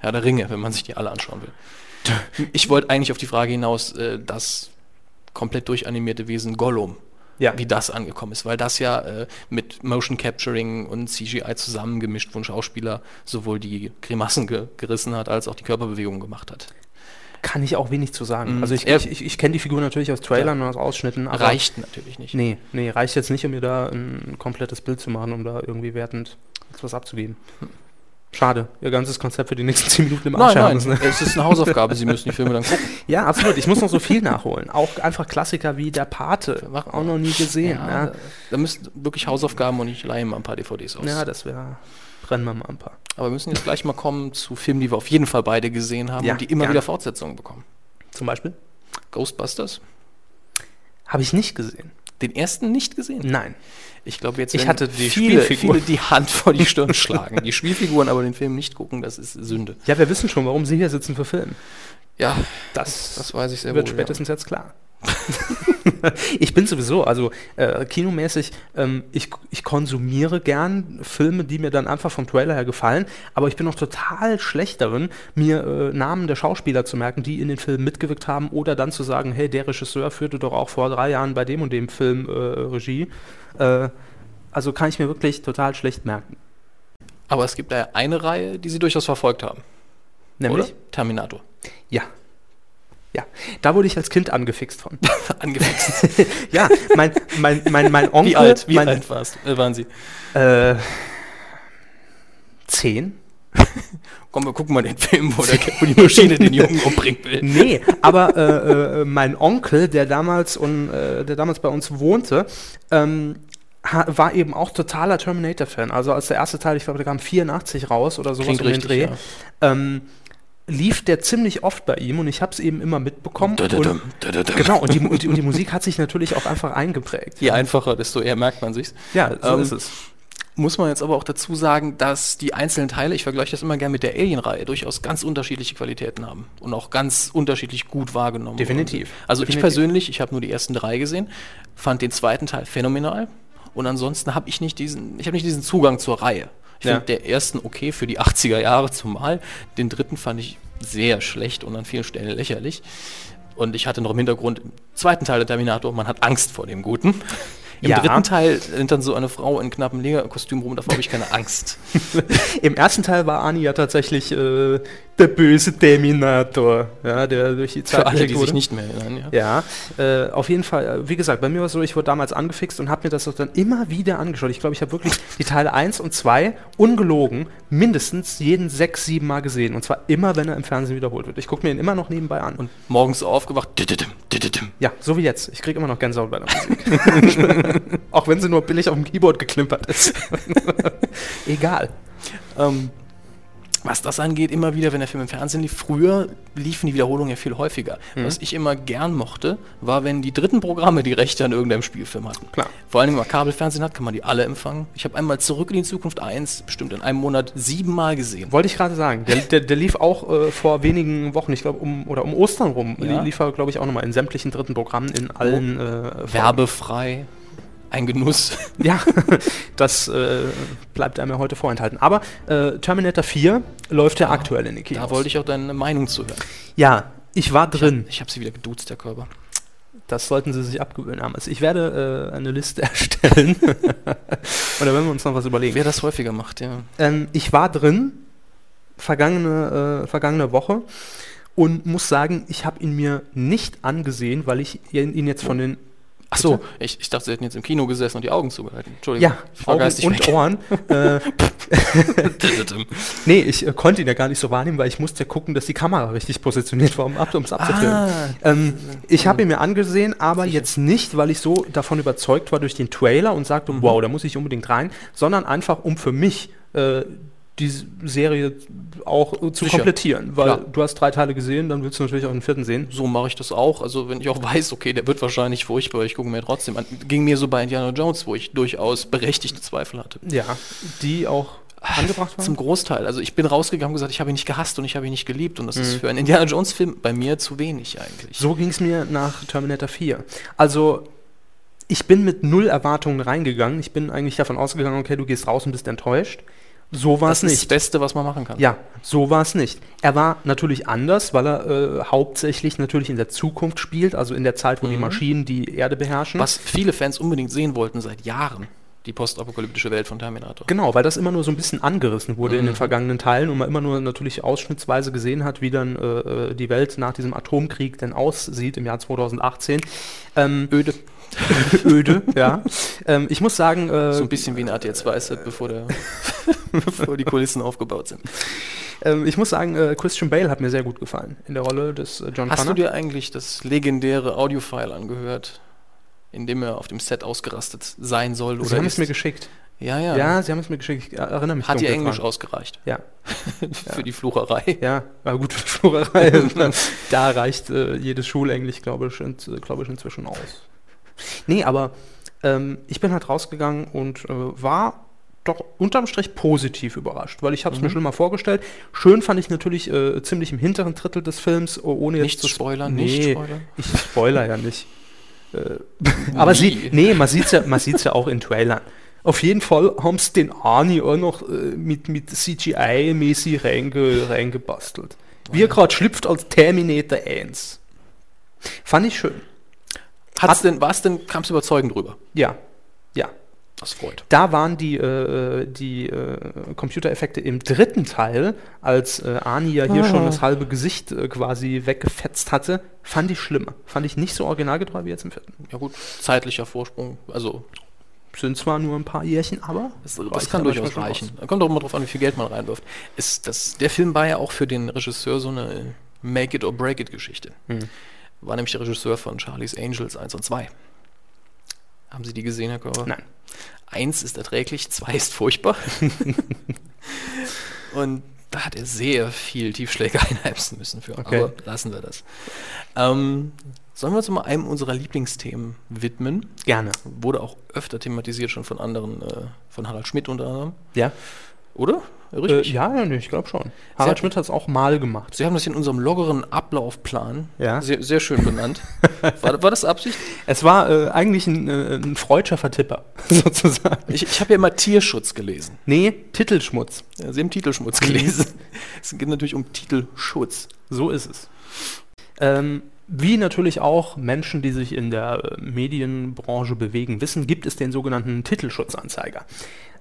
S3: Herr der Ringe, wenn man sich die alle anschauen will. Ich wollte eigentlich auf die Frage hinaus, äh, das komplett durchanimierte Wesen Gollum,
S2: Ja.
S3: wie das angekommen ist, weil das ja äh, mit Motion Capturing und CGI zusammengemischt von Schauspieler sowohl die Grimassen ge gerissen hat, als auch die Körperbewegungen gemacht hat.
S2: Kann ich auch wenig zu sagen.
S3: Mhm.
S2: Also ich,
S3: Er-
S2: ich, ich, ich kenne die Figur natürlich aus Trailern und aus Ausschnitten, aber
S3: Reicht natürlich nicht.
S2: Nee, nee, reicht jetzt nicht, um mir da ein komplettes Bild zu machen, um da irgendwie wertend jetzt was abzugeben. Schade, ihr ganzes Konzept für die nächsten 10 Minuten im Arsch
S3: Hm. Nein, nein,
S2: haben. Ne?
S3: es ist eine Hausaufgabe, Sie müssen die Filme dann gucken.
S2: Ja, absolut. Ich muss noch so viel nachholen. Auch einfach Klassiker wie Der Pate.
S3: Mach mal.
S2: Auch noch nie gesehen. ne?
S3: Ja,
S2: Ja,
S3: Da, da müssen wirklich Hausaufgaben und ich leihe mal ein paar DVDs aus.
S2: ja. das wäre. Brennen wir mal ein paar.
S3: Aber wir müssen jetzt gleich mal kommen zu Filmen, die wir auf jeden Fall beide gesehen haben
S2: Ja,
S3: und die immer
S2: gerne.
S3: wieder Fortsetzungen bekommen.
S2: Zum Beispiel?
S3: Ghostbusters,
S2: Habe ich nicht gesehen.
S3: den ersten nicht gesehen.
S2: Nein.
S3: Ich glaube, jetzt
S2: Ich
S3: werden
S2: hatte die
S3: viele,
S2: Spielfigur.
S3: viele die Hand vor die Stirn schlagen. Die Spielfiguren aber den Film nicht gucken, das ist Sünde.
S2: Ja, wir wissen schon, warum Sie hier sitzen für Film.
S3: Ja,
S2: Das,
S3: das weiß ich sehr
S2: wird
S3: wohl.
S2: spätestens jetzt klar. ich bin sowieso, also äh, kinomäßig, ähm, ich, ich konsumiere gern Filme, die mir dann einfach vom Trailer her gefallen, aber ich bin noch total schlecht darin, mir äh, Namen der Schauspieler zu merken, die in den Filmen mitgewirkt haben oder dann zu sagen, hey, der Regisseur führte doch auch vor drei Jahren bei dem und dem Film äh, Regie. Äh, also kann ich mir wirklich total schlecht merken.
S3: ja. Aber es gibt da ja eine Reihe, die sie durchaus verfolgt haben.
S2: Nämlich?
S3: Oder? Terminator.
S2: Ja. Ja, da wurde ich als Kind angefixt von.
S3: Angefixt.
S2: Ja, mein, mein, mein, mein Onkel.
S3: Wie alt, wie
S2: mein,
S3: alt warst, äh, waren sie?
S2: Äh, zehn?
S3: Komm, wir gucken mal den Film, wo, der, wo die Maschine den Jungen umbringen will.
S2: Nee, aber äh, äh, mein Onkel, der damals, und, äh, der damals bei uns wohnte, ähm, ha- war eben auch totaler Terminator-Fan. Also als der erste Teil, ich glaube, der kam 84 raus oder sowas
S3: Klingt
S2: um den
S3: richtig,
S2: Dreh,
S3: ja.
S2: ähm, lief der ziemlich oft bei ihm und ich habe es eben immer mitbekommen. Und,
S3: Genau.
S2: genau, und die, Mu- und, die, und die Musik hat sich natürlich auch einfach eingeprägt.
S3: Je einfacher, desto eher merkt man sich's.
S2: Ja, so
S3: Ähm,
S2: ist es.
S3: Muss man jetzt aber auch dazu sagen, dass die einzelnen Teile, ich vergleiche das immer gerne mit der Alien-Reihe, durchaus ganz unterschiedliche Qualitäten haben und auch ganz unterschiedlich gut wahrgenommen
S2: Definitiv.
S3: wurden. Also ich
S2: Definitiv.
S3: persönlich, ich habe nur die ersten drei gesehen, fand den zweiten Teil phänomenal und ansonsten habe ich nicht diesen, ich habe nicht diesen Zugang zur Reihe. Ich
S2: Ja.
S3: finde der ersten okay für die 80er Jahre zumal, den dritten fand ich sehr schlecht und an vielen Stellen lächerlich. Und ich hatte noch im Hintergrund im zweiten Teil der Terminator, man hat Angst vor dem Guten. Im
S2: Ja.
S3: dritten Teil rennt dann so eine Frau in knappem Negerkostüm rum, davor habe ich keine Angst.
S2: Im ersten Teil war Ani ja tatsächlich äh, der böse Terminator, ja, der durch die Zeit
S3: Für alle, die
S2: geschickt
S3: sich
S2: wurde.
S3: nicht mehr erinnern. Ja.
S2: Ja, äh, auf jeden Fall, äh, wie gesagt, bei mir war es so, ich wurde damals angefixt und habe mir das doch dann immer wieder angeschaut. Ich glaube, ich habe wirklich die Teile 1 und 2 ungelogen mindestens jeden sechs, sieben Mal gesehen. Und zwar immer, wenn er im Fernsehen wiederholt wird. Ich gucke mir ihn immer noch nebenbei an. Und
S3: Morgens aufgewacht. dididim, dididim.
S2: ja, so wie jetzt. Ich kriege immer noch Gänsehaut bei der Musik. Auch wenn sie nur billig auf dem Keyboard geklimpert ist. Egal.
S3: Ähm, was das angeht, immer wieder, wenn der Film im Fernsehen lief, früher liefen die Wiederholungen ja viel häufiger.
S2: Mhm.
S3: Was ich immer gern mochte, war, wenn die dritten Programme die Rechte an irgendeinem Spielfilm hatten.
S2: Klar.
S3: Vor allem, wenn man Kabelfernsehen hat, kann man die alle empfangen. Ich habe einmal Zurück in die Zukunft 1 bestimmt in einem Monat siebenmal gesehen.
S2: Wollte ich gerade sagen. Der, der, der lief auch äh, vor wenigen Wochen, ich glaube, um, oder um Ostern rum, li-
S3: Ja.
S2: lief er, glaube ich, auch nochmal in sämtlichen dritten Programmen in allen äh, Formen.
S3: Werbefrei, ein Genuss.
S2: Ja, das äh, bleibt einem ja heute vorenthalten. Aber äh, Terminator 4 läuft ja, aktuell in den Kinos.
S3: Ah, Da wollte ich auch deine Meinung zu hören.
S2: ja, ich war drin.
S3: Ich habe sie wieder geduzt, der Körper.
S2: Das sollten Sie sich abgewöhnen, Ames. Ich werde äh, eine Liste erstellen. Oder wenn wir uns noch was überlegen.
S3: Wer das häufiger macht, ja.
S2: Ähm, ich war drin, vergangene, äh, vergangene Woche, und muss sagen, ich habe ihn mir nicht angesehen, weil ich ihn ihn jetzt von den.
S3: Ach so, ich, ich dachte, sie hätten jetzt im Kino gesessen und die Augen zugehalten. Entschuldigung.
S2: Ja,
S3: ich war
S2: Augen
S3: geistig
S2: und Ohren. Äh,
S3: weg.
S2: nee, ich äh, konnte ihn ja gar nicht so wahrnehmen, weil ich musste ja gucken, dass die Kamera richtig positioniert war, um es
S3: Ah.
S2: abzufilmen. Ähm, ich
S3: Also
S2: habe ihn mir angesehen, aber jetzt nicht, weil ich so davon überzeugt war durch den Trailer und sagte,
S3: Mhm.
S2: wow, da muss ich unbedingt rein, sondern einfach, um für mich äh, die S- Serie auch äh, zu
S3: Sicher.
S2: komplettieren. Weil
S3: Klar.
S2: du hast drei Teile gesehen, dann willst du natürlich auch den vierten sehen.
S3: so mache ich das auch. Also wenn ich auch weiß, okay, der wird wahrscheinlich furchtbar, ich gucke mir trotzdem an. Ging mir so bei Indiana Jones, wo ich durchaus berechtigte Zweifel hatte.
S2: Ja, die auch angebracht
S3: Zum Großteil. Also ich bin rausgegangen und gesagt, ich habe ihn nicht gehasst und ich habe ihn nicht geliebt. Und das ist für einen Indiana Jones-Film bei mir zu wenig eigentlich.
S2: Mhm. So ging es mir nach Terminator 4. Also ich bin mit null Erwartungen reingegangen. Ich bin eigentlich davon ausgegangen, okay, du gehst raus und bist enttäuscht. So war es
S3: das ist das
S2: nicht.
S3: Beste, was man machen kann.
S2: Ja, so war es nicht. Er war natürlich anders, weil er äh, hauptsächlich natürlich in der Zukunft spielt, also in der Zeit, wo die Maschinen die Erde beherrschen.
S3: Mhm. Was viele Fans unbedingt sehen wollten seit Jahren. Die postapokalyptische Welt von Terminator.
S2: Genau, weil das immer nur so ein bisschen angerissen wurde
S3: Mhm.
S2: in den vergangenen Teilen und man immer nur natürlich ausschnittsweise gesehen hat, wie dann äh, äh, die Welt nach diesem Atomkrieg denn aussieht im Jahr 2018. Ähm, öde. öde, ja. Ähm, ich muss sagen, äh,
S3: So ein bisschen wie ein ATS Weisheit, bevor, der, bevor die Kulissen aufgebaut sind.
S2: ähm, ich muss sagen, äh, Christian Bale hat mir sehr gut gefallen in der Rolle des äh, John
S3: Hast du
S2: Connor.
S3: dir eigentlich das legendäre Audiofile angehört, in dem er auf dem Set ausgerastet sein soll?
S2: Sie haben es
S3: ist?
S2: mir geschickt.
S3: ja,
S2: Ja.
S3: ja.
S2: Sie haben es mir geschickt. Ich erinnere mich
S3: Hat
S2: dunkel
S3: dir Englisch
S2: dran.
S3: ausgereicht
S2: Ja.
S3: für die Flucherei.
S2: Ja, aber gut, Florerei. da reicht äh, jedes Schulenglisch, glaube ich, in, glaube ich, inzwischen aus. Nee, aber ähm, ich bin halt rausgegangen und äh, war doch unterm Strich positiv überrascht, weil ich habe es mir schon mal vorgestellt. Schön fand ich natürlich äh, ziemlich im hinteren Drittel des Films, oh, ohne jetzt
S3: Nicht
S2: zu
S3: spoilern,
S2: nee,
S3: nicht spoilern.
S2: Ich spoiler ja nicht. Äh, aber sie, nee, man sieht es ja, man sieht's ja auch in Trailern. Auf jeden Fall haben sie den Arnie auch noch äh, mit, mit CGI-mäßig reinge, reingebastelt. Wie er gerade schlüpft als Terminator 1. Fand ich schön.
S3: Hat's denn, war's denn, kam's überzeugend rüber?
S2: Ja. Ja.
S3: Das freut.
S2: Da waren die, äh, die äh, Computereffekte im dritten Teil, als äh, Arnie ja hier schon das halbe Gesicht äh, quasi weggefetzt hatte, fand ich schlimmer. Fand ich nicht so originalgetreu wie jetzt im vierten.
S3: Ja gut, zeitlicher Vorsprung, also
S2: Sind zwar nur ein paar Jährchen, aber
S3: das, das
S2: reicht
S3: kann
S2: ja
S3: durchaus
S2: manchmal schon
S3: reichen. Kommt auch immer drauf an, wie viel Geld man reinwirft. Ist das, der Film war ja auch für den Regisseur so eine Make-it-or-break-it-Geschichte.
S2: Hm.
S3: War nämlich der Regisseur von Charlie's Angels 1 und 2. Haben Sie die gesehen, Herr Körber?
S2: Nein.
S3: Eins ist erträglich, zwei ist furchtbar. und da hat er sehr viel Tiefschläge einheimsen müssen für.
S2: Okay.
S3: Aber lassen wir das. Ähm, sollen wir uns mal einem unserer Lieblingsthemen widmen?
S2: Gerne.
S3: Wurde auch öfter thematisiert, schon von anderen, äh, von Harald Schmidt unter anderem.
S2: Ja.
S3: Oder?
S2: Äh,
S3: Richtig.
S2: ja, ja, nee, ich glaube schon. Harald Schmidt hat es auch mal gemacht.
S3: Sie haben das in unserem lockeren Ablaufplan
S2: Ja.
S3: sehr, sehr schön benannt. War, war das Absicht?
S2: Es war äh, eigentlich ein, äh, ein freudscher Vertipper, sozusagen.
S3: Ich, ich habe ja immer Tierschutz gelesen.
S2: Nee, Titelschmutz.
S3: Ja, Sie haben
S2: Mhm.
S3: Titelschmutz gelesen. Es geht natürlich um Titelschutz.
S2: So ist es. Ähm, wie natürlich auch Menschen, die sich in der äh, Medienbranche bewegen, wissen, gibt es den sogenannten Titelschutzanzeiger.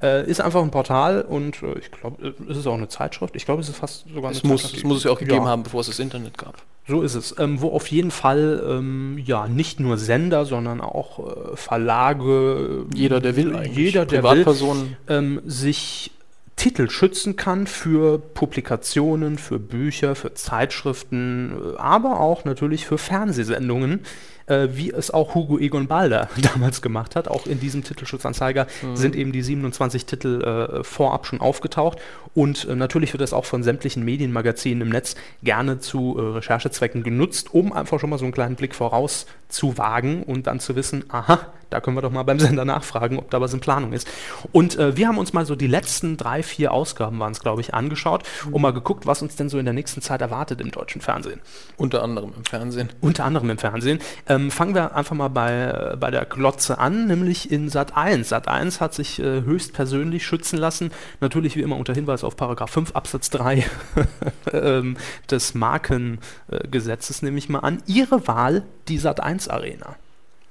S2: Äh, ist einfach ein Portal und äh, ich glaube, äh, ist es auch eine Zeitschrift? Ich glaube, es ist fast sogar eine
S3: Es muss,
S2: Zeitschrift.
S3: es muss es ja auch gegeben haben, bevor es das Internet gab.
S2: So ist es. Ähm, wo auf jeden Fall ähm, ja nicht nur Sender, sondern auch äh, Verlage, äh,
S3: Jeder, der will eigentlich.
S2: jeder, der will,
S3: Privatpersonen.
S2: ähm, sich Titel schützen kann für Publikationen, für Bücher, für Zeitschriften, äh, aber auch natürlich für Fernsehsendungen, äh, wie es auch Hugo Egon Balder damals gemacht hat. Auch in diesem Titelschutzanzeiger sind eben die 27 Titel äh, vorab schon aufgetaucht und äh, natürlich wird das auch von sämtlichen Medienmagazinen im Netz gerne zu äh, Recherchezwecken genutzt, um einfach schon mal so einen kleinen Blick voraus zu wagen und dann zu wissen, aha, da können wir doch mal beim Sender nachfragen, ob da was in Planung ist. Und äh, wir haben uns mal so die letzten drei, vier Ausgaben waren es, glaube ich, angeschaut und mal geguckt, was uns denn so in der nächsten Zeit erwartet im deutschen Fernsehen.
S3: Unter anderem im Fernsehen.
S2: Unter anderem im Fernsehen. Ähm, fangen wir einfach mal bei, äh, bei der Glotze an, nämlich in Sat 1. Sat 1 hat sich äh, höchstpersönlich schützen lassen, natürlich wie immer unter Hinweis auf Paragraph 5 Absatz 3 ähm, des Markengesetzes, nehme ich mal an, ihre Wahl, die Sat 1 Arena.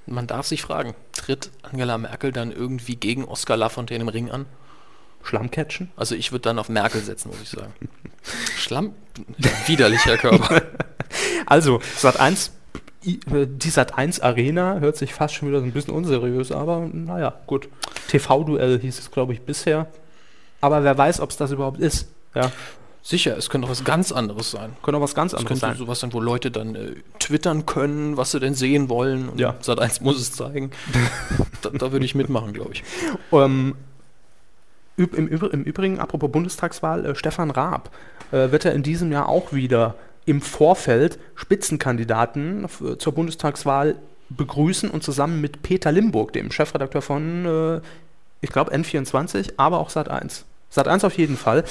S3: Man darf sich fragen, tritt Angela Merkel dann irgendwie gegen Oskar Lafontaine im Ring an?
S2: Schlammcatchen?
S3: Also ich würde dann auf Merkel setzen, muss ich sagen. Schlamm, widerlicher Körper.
S2: Also, Sat 1, i- äh, die Sat 1 Arena hört sich fast schon wieder so ein bisschen unseriös, aber naja, gut. TV-Duell hieß es, glaube ich, bisher. Aber wer weiß, ob es das überhaupt ist. Ja,
S3: Sicher, es könnte auch was ganz anderes sein.
S2: könnte auch was ganz
S3: Es
S2: anderes
S3: könnte
S2: sein.
S3: sowas sein, wo Leute dann äh, twittern können, was sie denn sehen wollen. Und
S2: Ja.
S3: Sat1 muss es zeigen. da da würde ich mitmachen, glaube ich.
S2: Ähm, üb, im, Übr- Im Übrigen, apropos Bundestagswahl, äh, Stefan Raab äh, wird er in diesem Jahr auch wieder im Vorfeld Spitzenkandidaten f- zur Bundestagswahl begrüßen und zusammen mit Peter Limburg, dem Chefredakteur von, äh, ich glaube, N24, aber auch Sat1. Sat 1 auf jeden Fall,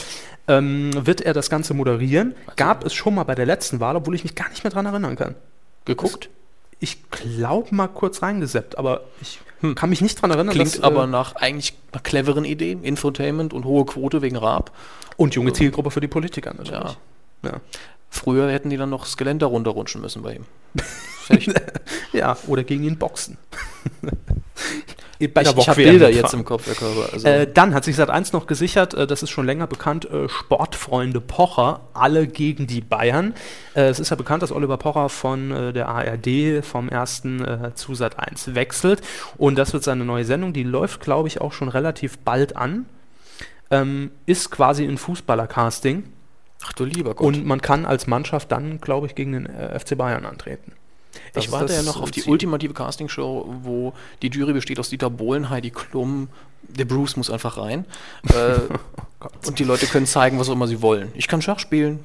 S2: ähm, wird er das Ganze moderieren. Gab es schon mal bei der letzten Wahl, obwohl ich mich gar nicht mehr dran erinnern kann.
S3: Geguckt?
S2: Ich glaube mal kurz reingeseppt, aber ich kann mich nicht dran erinnern.
S3: Hm. Klingt
S2: dass, äh,
S3: aber nach eigentlich einer cleveren Idee. Infotainment und hohe Quote wegen Raab.
S2: und junge Zielgruppe für die Politiker natürlich. Ja.
S3: Früher hätten die dann noch das Geländer runterrutschen müssen bei ihm. Das hätte ich-
S2: Ja, oder gegen ihn boxen.
S3: ich ich habe Bilder jetzt im Kopf, Herr Körber. Also,
S2: Äh, dann hat sich Sat1 noch gesichert, äh, das ist schon länger bekannt, äh, Sportfreunde Pocher, alle gegen die Bayern. Äh, es ist ja bekannt, dass Oliver Pocher von äh, der ARD vom ersten äh, zu Sat1 wechselt. Und das wird seine neue Sendung, die läuft, glaube ich, auch schon relativ bald an. Ähm, ist quasi ein Fußballer-Casting
S3: ach du lieber Gott.
S2: und man kann als Mannschaft dann, glaube ich, gegen den äh, FC Bayern antreten. Das
S3: ich
S2: ist
S3: warte
S2: das
S3: ja noch auf die
S2: Ziel.
S3: ultimative Castingshow, wo die Jury besteht aus Dieter Bohlen, Heidi Klum, der Bruce muss einfach rein. Äh, und die Leute können zeigen, was auch immer sie wollen. Ich kann Schach spielen,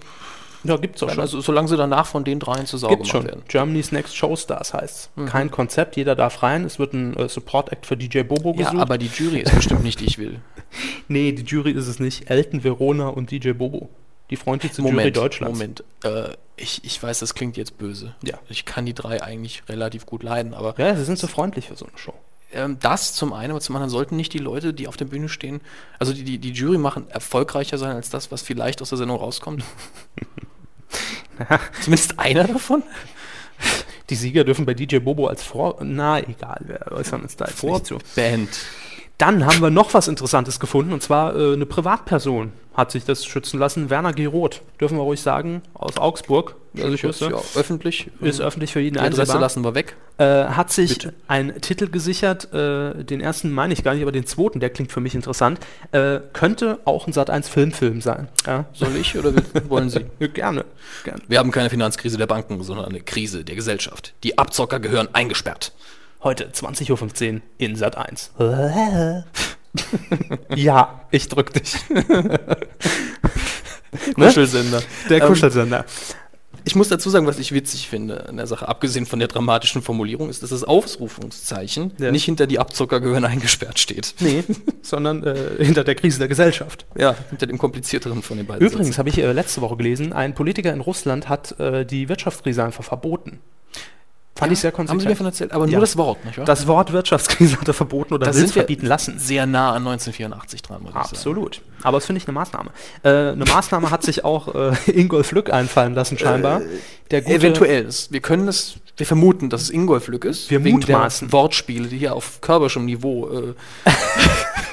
S2: Ja, gibt's auch schon.
S3: also, solange sie danach von den dreien zur Sau
S2: Gibt's
S3: gemacht
S2: schon.
S3: werden. Mhm.
S2: Germany's Next Showstars heißt. Kein Konzept, jeder darf rein. Es wird ein äh, Support Act für DJ Bobo
S3: Ja,
S2: gesucht.
S3: aber die Jury ist bestimmt nicht, die ich will.
S2: nee, die Jury ist es nicht. Elton, Verona und DJ Bobo. Die freundlichste Jury Deutschlands.
S3: Moment. Äh, ich, ich weiß, das klingt jetzt böse.
S2: Ja.
S3: Ich kann die drei eigentlich relativ gut leiden, aber
S2: Ja, sie sind so freundlich für so eine Show.
S3: ähm, das zum einen, aber zum anderen sollten nicht die Leute, die auf der Bühne stehen, also die, die, die Jury machen, erfolgreicher sein als das, was vielleicht aus der Sendung rauskommt. Zumindest einer davon.
S2: Die Sieger dürfen bei DJ Bobo als Vor... Na, egal, wir äußern uns da jetzt nicht zu.
S3: Band.
S2: Dann haben wir noch was Interessantes gefunden, und zwar äh, eine Privatperson hat sich das schützen lassen. Werner G. Roth, dürfen wir ruhig sagen, aus Augsburg. Also ich wüsste,
S3: öffentlich. Ähm,
S2: Ist öffentlich für jeden
S3: Äh, die Adresse
S2: einsehbar.
S3: lassen wir weg.
S2: äh, hat sich
S3: Bitte.
S2: einen Titel gesichert. Äh, den ersten meine ich gar nicht, aber den zweiten, der klingt für mich interessant. Äh, könnte auch ein Sat1 Filmfilm sein. Ja. Äh,
S3: Soll ich oder will- wollen Sie?
S2: Gerne. Gerne.
S3: Wir haben keine Finanzkrise der Banken, sondern eine Krise der Gesellschaft. Die Abzocker gehören eingesperrt.
S2: Heute 20.15 Uhr in Sat1. ja, ich drück dich.
S3: Kuschelsender.
S2: Der
S3: Ähm,
S2: Kuschelsender.
S3: Ich muss dazu sagen, was ich witzig finde an der Sache, abgesehen von der dramatischen Formulierung, ist, dass das Ausrufungszeichen
S2: Ja.
S3: nicht hinter die Abzocker gehören eingesperrt steht.
S2: Nee, sondern äh, hinter der Krise der Gesellschaft.
S3: Ja, hinter dem komplizierteren von den beiden.
S2: Übrigens habe ich äh, letzte Woche gelesen, ein Politiker in Russland hat äh, die Wirtschaftskrise einfach verboten. Fand ich sehr
S3: Sätzen. haben
S2: konsequent.
S3: Sie mir von erzählt, aber
S2: Ja.
S3: nur das Wort, nicht wahr?
S2: Das Wort Wirtschaftskrise hat er verboten oder
S3: Da
S2: will es
S3: sind wir-
S2: verbieten lassen.
S3: sehr nah an 1984 dran, muss
S2: Absolut. Aber das finde ich eine Maßnahme. Äh, eine Maßnahme hat sich auch äh, Ingolf Lück einfallen lassen, scheinbar. Der
S3: ich sagen. Äh, Eventuell. ist- Wir können es, wir vermuten, dass es Ingolf Lück ist.
S2: Wir
S3: wegen
S2: mutmaßen.
S3: der Wortspiele, die hier auf körperschem Niveau. Äh,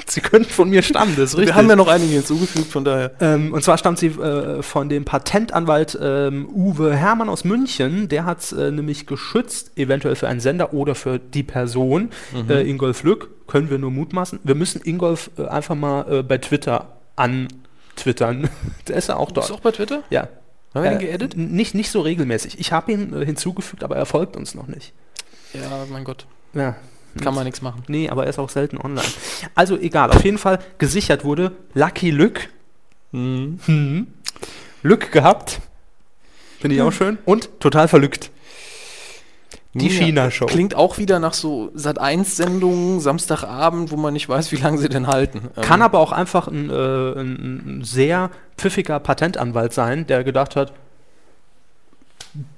S2: Sie können von mir stammen, das ist richtig.
S3: wir haben ja noch einige hinzugefügt, von daher.
S2: ähm, und zwar stammt sie äh, von dem Patentanwalt ähm, Uwe Hermann aus München. Der hat es äh, nämlich geschützt, eventuell für einen Sender oder für die Person.
S3: Mhm.
S2: Äh, Ingolf Lück können wir nur mutmaßen. Wir müssen Ingolf äh, einfach mal äh, bei Twitter antwittern. Der ist ja auch dort.
S3: Ist auch bei Twitter?
S2: Ja.
S3: Haben wir den geedit?
S2: n- Nicht, nicht so regelmäßig. Ich habe ihn äh, hinzugefügt, aber er folgt uns noch nicht.
S3: Ja, mein Gott.
S2: Ja.
S3: Kann man nichts machen.
S2: Nee, aber er ist auch selten online. Also egal, auf jeden Fall gesichert wurde Lucky Lück. Hm. Lück gehabt. Finde ich auch schön. Und total verlückt. Die
S3: Nun ja,
S2: China-Show.
S3: Klingt auch wieder nach so Sat1-Sendungen, Samstagabend, wo man nicht weiß, wie lange sie denn halten. Ähm,
S2: Kann aber auch einfach ein, äh, ein, ein sehr pfiffiger Patentanwalt sein, der gedacht hat,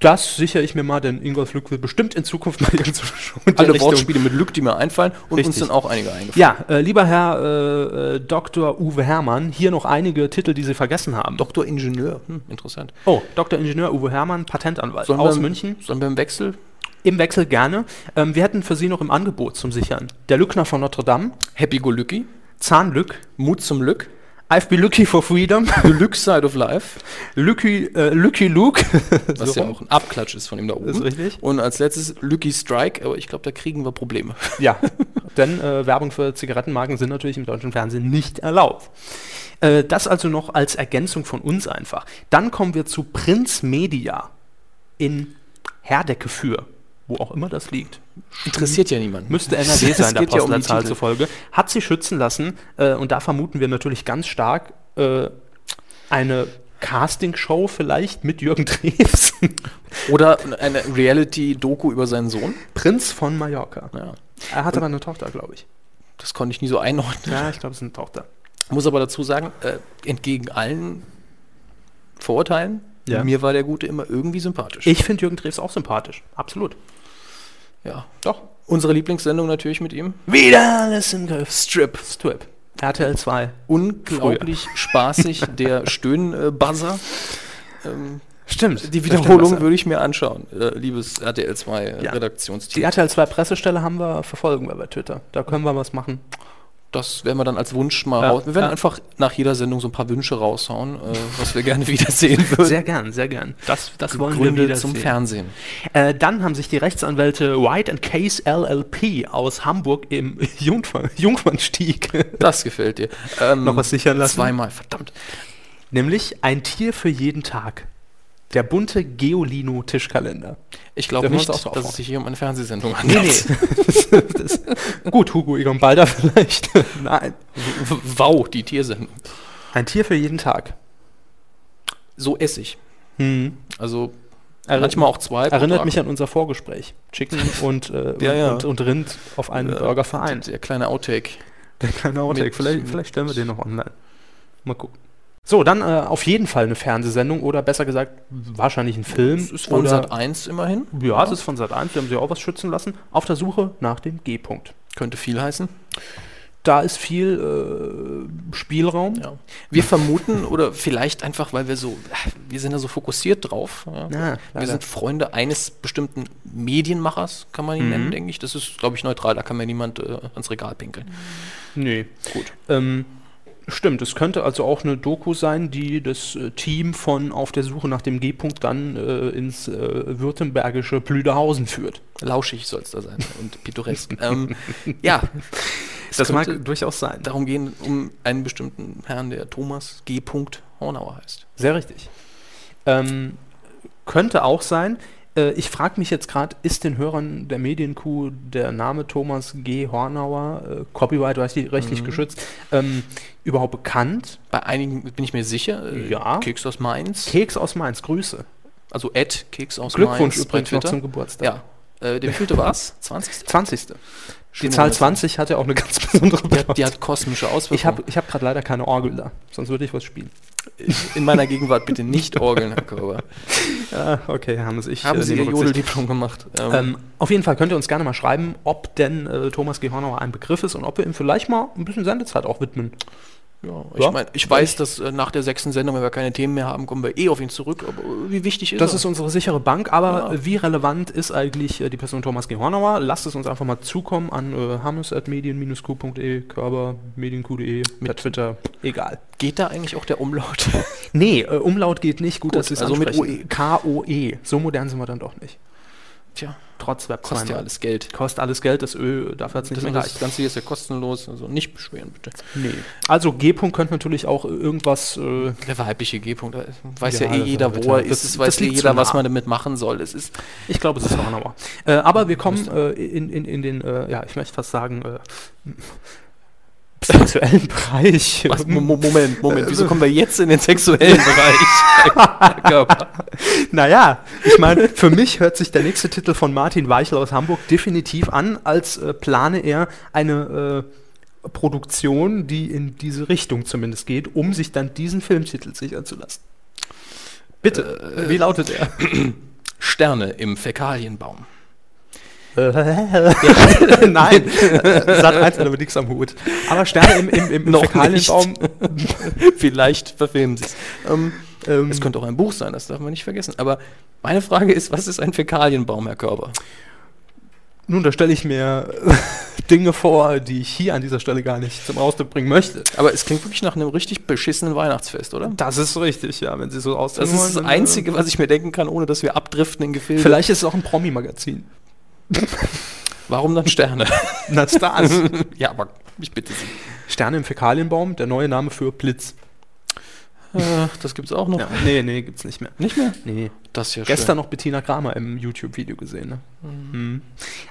S2: das sichere ich mir mal, denn Ingolf Lück will bestimmt in Zukunft mal irgendeine Show in der
S3: alle
S2: Richtung
S3: Wortspiele mit Lück, die mir einfallen und uns
S2: Richtig.
S3: sind auch einige eingefallen.
S2: Ja, äh, lieber Herr äh, äh, Dr. Uwe Hermann, hier noch einige Titel, die Sie vergessen haben.
S3: Doktor Ingenieur, hm, interessant.
S2: Oh, Dr. Ingenieur Uwe Hermann, Patentanwalt
S3: Sollen
S2: aus
S3: wir-
S2: München.
S3: Sollen wir im Wechsel?
S2: Im Wechsel gerne. Ähm, wir hätten für Sie noch im Angebot zum Sichern. Der Lückner von Notre Dame,
S3: Happy Go Lucky,
S2: Zahnlück,
S3: Mut zum Glück,
S2: I've been lucky for freedom,
S3: The Luck Side of Life,
S2: Lucky, äh, Lucky Luke. Hm?
S3: was ja auch ein Abklatsch ist von ihm da oben.
S2: Ist richtig.
S3: Und als letztes Lucky Strike, aber ich glaube, da kriegen wir Probleme.
S2: Ja, denn äh, Werbung für Zigarettenmarken sind natürlich im deutschen Fernsehen nicht erlaubt. Äh, das also noch als Ergänzung von uns einfach. Dann kommen wir zu Prinz Media in Herdecke für, wo auch immer das liegt.
S3: Interessiert ja niemanden.
S2: Müsste NRW sein,
S3: Es
S2: der
S3: geht ja um die
S2: Postleitzahl
S3: Titel.
S2: zufolge. Hat sie schützen lassen äh, und da vermuten wir natürlich ganz stark äh, eine Castingshow vielleicht mit Jürgen Drews.
S3: Oder eine Reality-Doku über seinen Sohn.
S2: Prinz von Mallorca.
S3: Ja,
S2: Er hat aber eine Tochter, glaube ich.
S3: das konnte ich nie so einordnen.
S2: Ja, ich glaube, es ist eine Tochter.
S3: Muss aber dazu sagen, äh, entgegen allen Vorurteilen,
S2: Ja.
S3: mir war der Gute immer irgendwie sympathisch.
S2: Ich finde Jürgen Drews auch sympathisch. Absolut.
S3: ja.
S2: Doch.
S3: Unsere Lieblingssendung natürlich mit ihm.
S2: Wieder alles im Griff. Strip. Strip. RTL 2.
S3: Unglaublich spaßig, der Stöhnbuzzer. Ähm,
S2: Stimmt.
S3: die Wiederholung würde ich mir anschauen, äh, liebes RTL 2 äh,
S2: Ja. Die
S3: Redaktionsteam.
S2: RTL 2 Pressestelle haben wir, verfolgen wir bei Twitter. Da können wir was machen.
S3: Das werden wir dann als Wunsch mal
S2: Ja.
S3: raus. Wir werden
S2: Ja.
S3: einfach nach jeder Sendung so ein paar Wünsche raushauen, äh, was wir gerne wiedersehen würden.
S2: Sehr gern, sehr gern. Das, das wollen wir
S3: Gründe
S2: wieder
S3: zum
S2: sehen.
S3: Fernsehen.
S2: Äh, dann haben sich die Rechtsanwälte White and Case LLP aus Hamburg im Jungfer Jungfernstieg
S3: Das gefällt dir. Ähm,
S2: noch was sichern lassen.
S3: Zweimal, verdammt.
S2: Nämlich ein Tier für jeden Tag. Der bunte Geolino-Tischkalender.
S3: Ich
S2: Da
S3: glaube
S2: können wir
S3: nicht,
S2: uns auch drauf
S3: dass es
S2: freuen.
S3: sich hier um eine Fernsehsendung
S2: Nee,
S3: handelt.
S2: nee. das, gut, Hugo Egon Balder vielleicht. Nein.
S3: W- Wow, die Tiersendung.
S2: Ein Tier für jeden Tag.
S3: So esse ich.
S2: Hm.
S3: Also
S2: Erinn-
S3: manchmal auch zwei. pro
S2: Erinnert
S3: Tag.
S2: mich an unser Vorgespräch. Chicken und, äh,
S3: Äh, Ja,
S2: und,
S3: ja.
S2: und, und Rind auf einen
S3: Äh,
S2: Burger vereint.
S3: Der kleine Outtake.
S2: Der kleine Outtake.
S3: Mit-
S2: vielleicht,
S3: mit-
S2: vielleicht stellen wir den noch online. Mal gucken. So, dann äh, auf jeden Fall eine Fernsehsendung oder besser gesagt wahrscheinlich ein Film.
S3: Das ist von
S2: oder,
S3: Sat 1 immerhin.
S2: Ja, es ist von Sat 1, die haben sich auch was schützen lassen. Auf der Suche nach dem G-Punkt.
S3: Könnte viel heißen.
S2: Da ist viel äh, Spielraum.
S3: Ja. Wir vermuten oder vielleicht einfach, weil wir so, wir sind da so fokussiert drauf. Ja.
S2: Ja,
S3: wir
S2: Ah, leider.
S3: sind Freunde eines bestimmten Medienmachers, kann man ihn
S2: Mhm.
S3: nennen, denke ich. Das ist, glaube ich, neutral. Da kann mir niemand äh, ans Regal pinkeln.
S2: Nee,
S3: Gut.
S2: Ähm, stimmt, es könnte also auch eine Doku sein, die das äh, Team von Auf der Suche nach dem G-Punkt dann äh, ins äh, württembergische Plüderhausen führt.
S3: Lauschig soll es da sein und pittoresk. ähm, ja, es könnte
S2: durchaus sein.
S3: darum gehen, um einen bestimmten Herrn, der Thomas G. Hornauer heißt.
S2: Sehr richtig. Ähm, könnte auch sein. Äh, ich frage mich jetzt gerade, ist den Hörern der Medienkuh der Name Thomas G. Hornauer, äh, Copyright rechtlich, rechtlich
S3: Mhm.
S2: geschützt, ähm, überhaupt bekannt?
S3: Bei einigen bin ich mir sicher. äh,
S2: Ja.
S3: Keks aus Mainz.
S2: Keks aus Mainz, Grüße.
S3: Also Ed Keks aus
S2: Glückwunsch
S3: Mainz. bei
S2: übrigens noch
S3: Twitter.
S2: zum Geburtstag.
S3: Ja. Äh, der wievielte war es? 20.
S2: 20. Die
S3: Schöne
S2: Zahl
S3: Runde.
S2: 20 hat ja auch eine ganz besondere
S3: Die hat, die
S2: Bedeutung.
S3: hat kosmische Auswirkungen.
S2: Ich habe ich hab gerade leider keine Orgel da, sonst würde ich was spielen.
S3: in meiner Gegenwart bitte nicht orgeln, Herr Körber.
S2: Ja, okay, Hans, ich
S3: Haben
S2: äh,
S3: Sie Ihr
S2: nehme Rücksicht.
S3: Jodeldiplom gemacht?
S2: Ähm, auf jeden Fall könnt ihr uns gerne mal schreiben, ob denn äh, Thomas G. Hornauer ein Begriff ist und ob wir ihm vielleicht mal ein bisschen Sendezeit auch widmen.
S3: ja,
S2: ja.
S3: ich, mein, ich weiß, dass äh, nach der sechsten Sendung, wenn wir keine Themen mehr haben, kommen wir eh auf ihn zurück. Aber äh, wie wichtig ist
S2: Das
S3: er?
S2: ist unsere sichere Bank, aber
S3: Ja.
S2: äh, wie relevant ist eigentlich äh, die Person Thomas G. Hornauer? Lasst es uns einfach mal zukommen an äh, hammes.medien-q.de, körper medienq.de, mit Twitter, egal.
S3: Geht da eigentlich auch der Umlaut?
S2: Nee, äh, Umlaut geht nicht, gut,
S3: Gut,
S2: das ist
S3: also mit
S2: ansprechend.
S3: E.
S2: KOE, so modern sind wir dann doch nicht.
S3: Tja,
S2: Trotz Web
S3: kostet ja alles Geld.
S2: Kostet alles Geld, das Öl, dafür hat es nicht mehr
S3: Das
S2: gereicht.
S3: Ganze hier ist ja kostenlos, also nicht beschweren, bitte.
S2: Nee. Also G-Punkt könnte natürlich auch irgendwas. Äh,
S3: Der weibliche G-Punkt, da weiß ja,
S2: Ja,
S3: eh
S2: das
S3: jeder,
S2: wird
S3: wo er
S2: ja-
S3: ist,
S2: das-
S3: es weiß
S2: das
S3: ja
S2: liegt
S3: jeder,
S2: zu
S3: was
S2: nah.
S3: man damit machen soll. Es ist
S2: ich glaube, es ist Hornauer. Äh, aber wir kommen äh, in, in, in den, äh, ja, ich möchte fast sagen, äh, sexuellen Bereich.
S3: Was, Also Mo- Mo- Moment, Moment, wieso kommen wir jetzt in den sexuellen Bereich? Körper.
S2: Naja, ich meine, für mich hört sich der nächste Titel von Martin Weichel aus Hamburg definitiv an, als äh, plane er eine äh, Produktion, die in diese Richtung zumindest geht, um sich dann diesen Filmtitel sichern zu lassen.
S3: Äh,
S2: Bitte, wie lautet er?
S3: Sterne im Fäkalienbaum.
S2: Äh, Nein, Äh, Sat 1 hat aber nichts am Hut. Aber Sterne im, im, im
S3: Noch
S2: Fäkalienbaum.
S3: Vielleicht verfilmen sie es. Ähm,
S2: Ähm,
S3: es könnte auch ein Buch sein, das darf man nicht vergessen. Aber meine Frage ist, was ist ein Fäkalienbaum, Herr Körber?
S2: nun, da stelle ich mir äh, Dinge vor, die ich hier an dieser Stelle gar nicht zum Ausdruck bringen möchte.
S3: Aber es klingt wirklich nach einem richtig beschissenen Weihnachtsfest, oder?
S2: Das ist richtig, ja, wenn Sie so aussehen. äh,
S3: Das ist das Einzige, was ich mir denken kann, ohne dass wir abdriften in Gefilde.
S2: Vielleicht ist es auch ein Promi-Magazin.
S3: Warum dann Sterne?
S2: Na, Stars.
S3: ja, aber ich bitte Sie.
S2: Sterne im Fäkalienbaum, der neue Name für Blitz.
S3: Äh, das gibt's auch noch.
S2: nee, nee, gibt's nicht mehr.
S3: Nicht mehr?
S2: Nee.
S3: Das ist ja
S2: Gestern noch Bettina Kramer im YouTube-Video gesehen. Ne?
S3: schön. Hm.
S2: Mhm.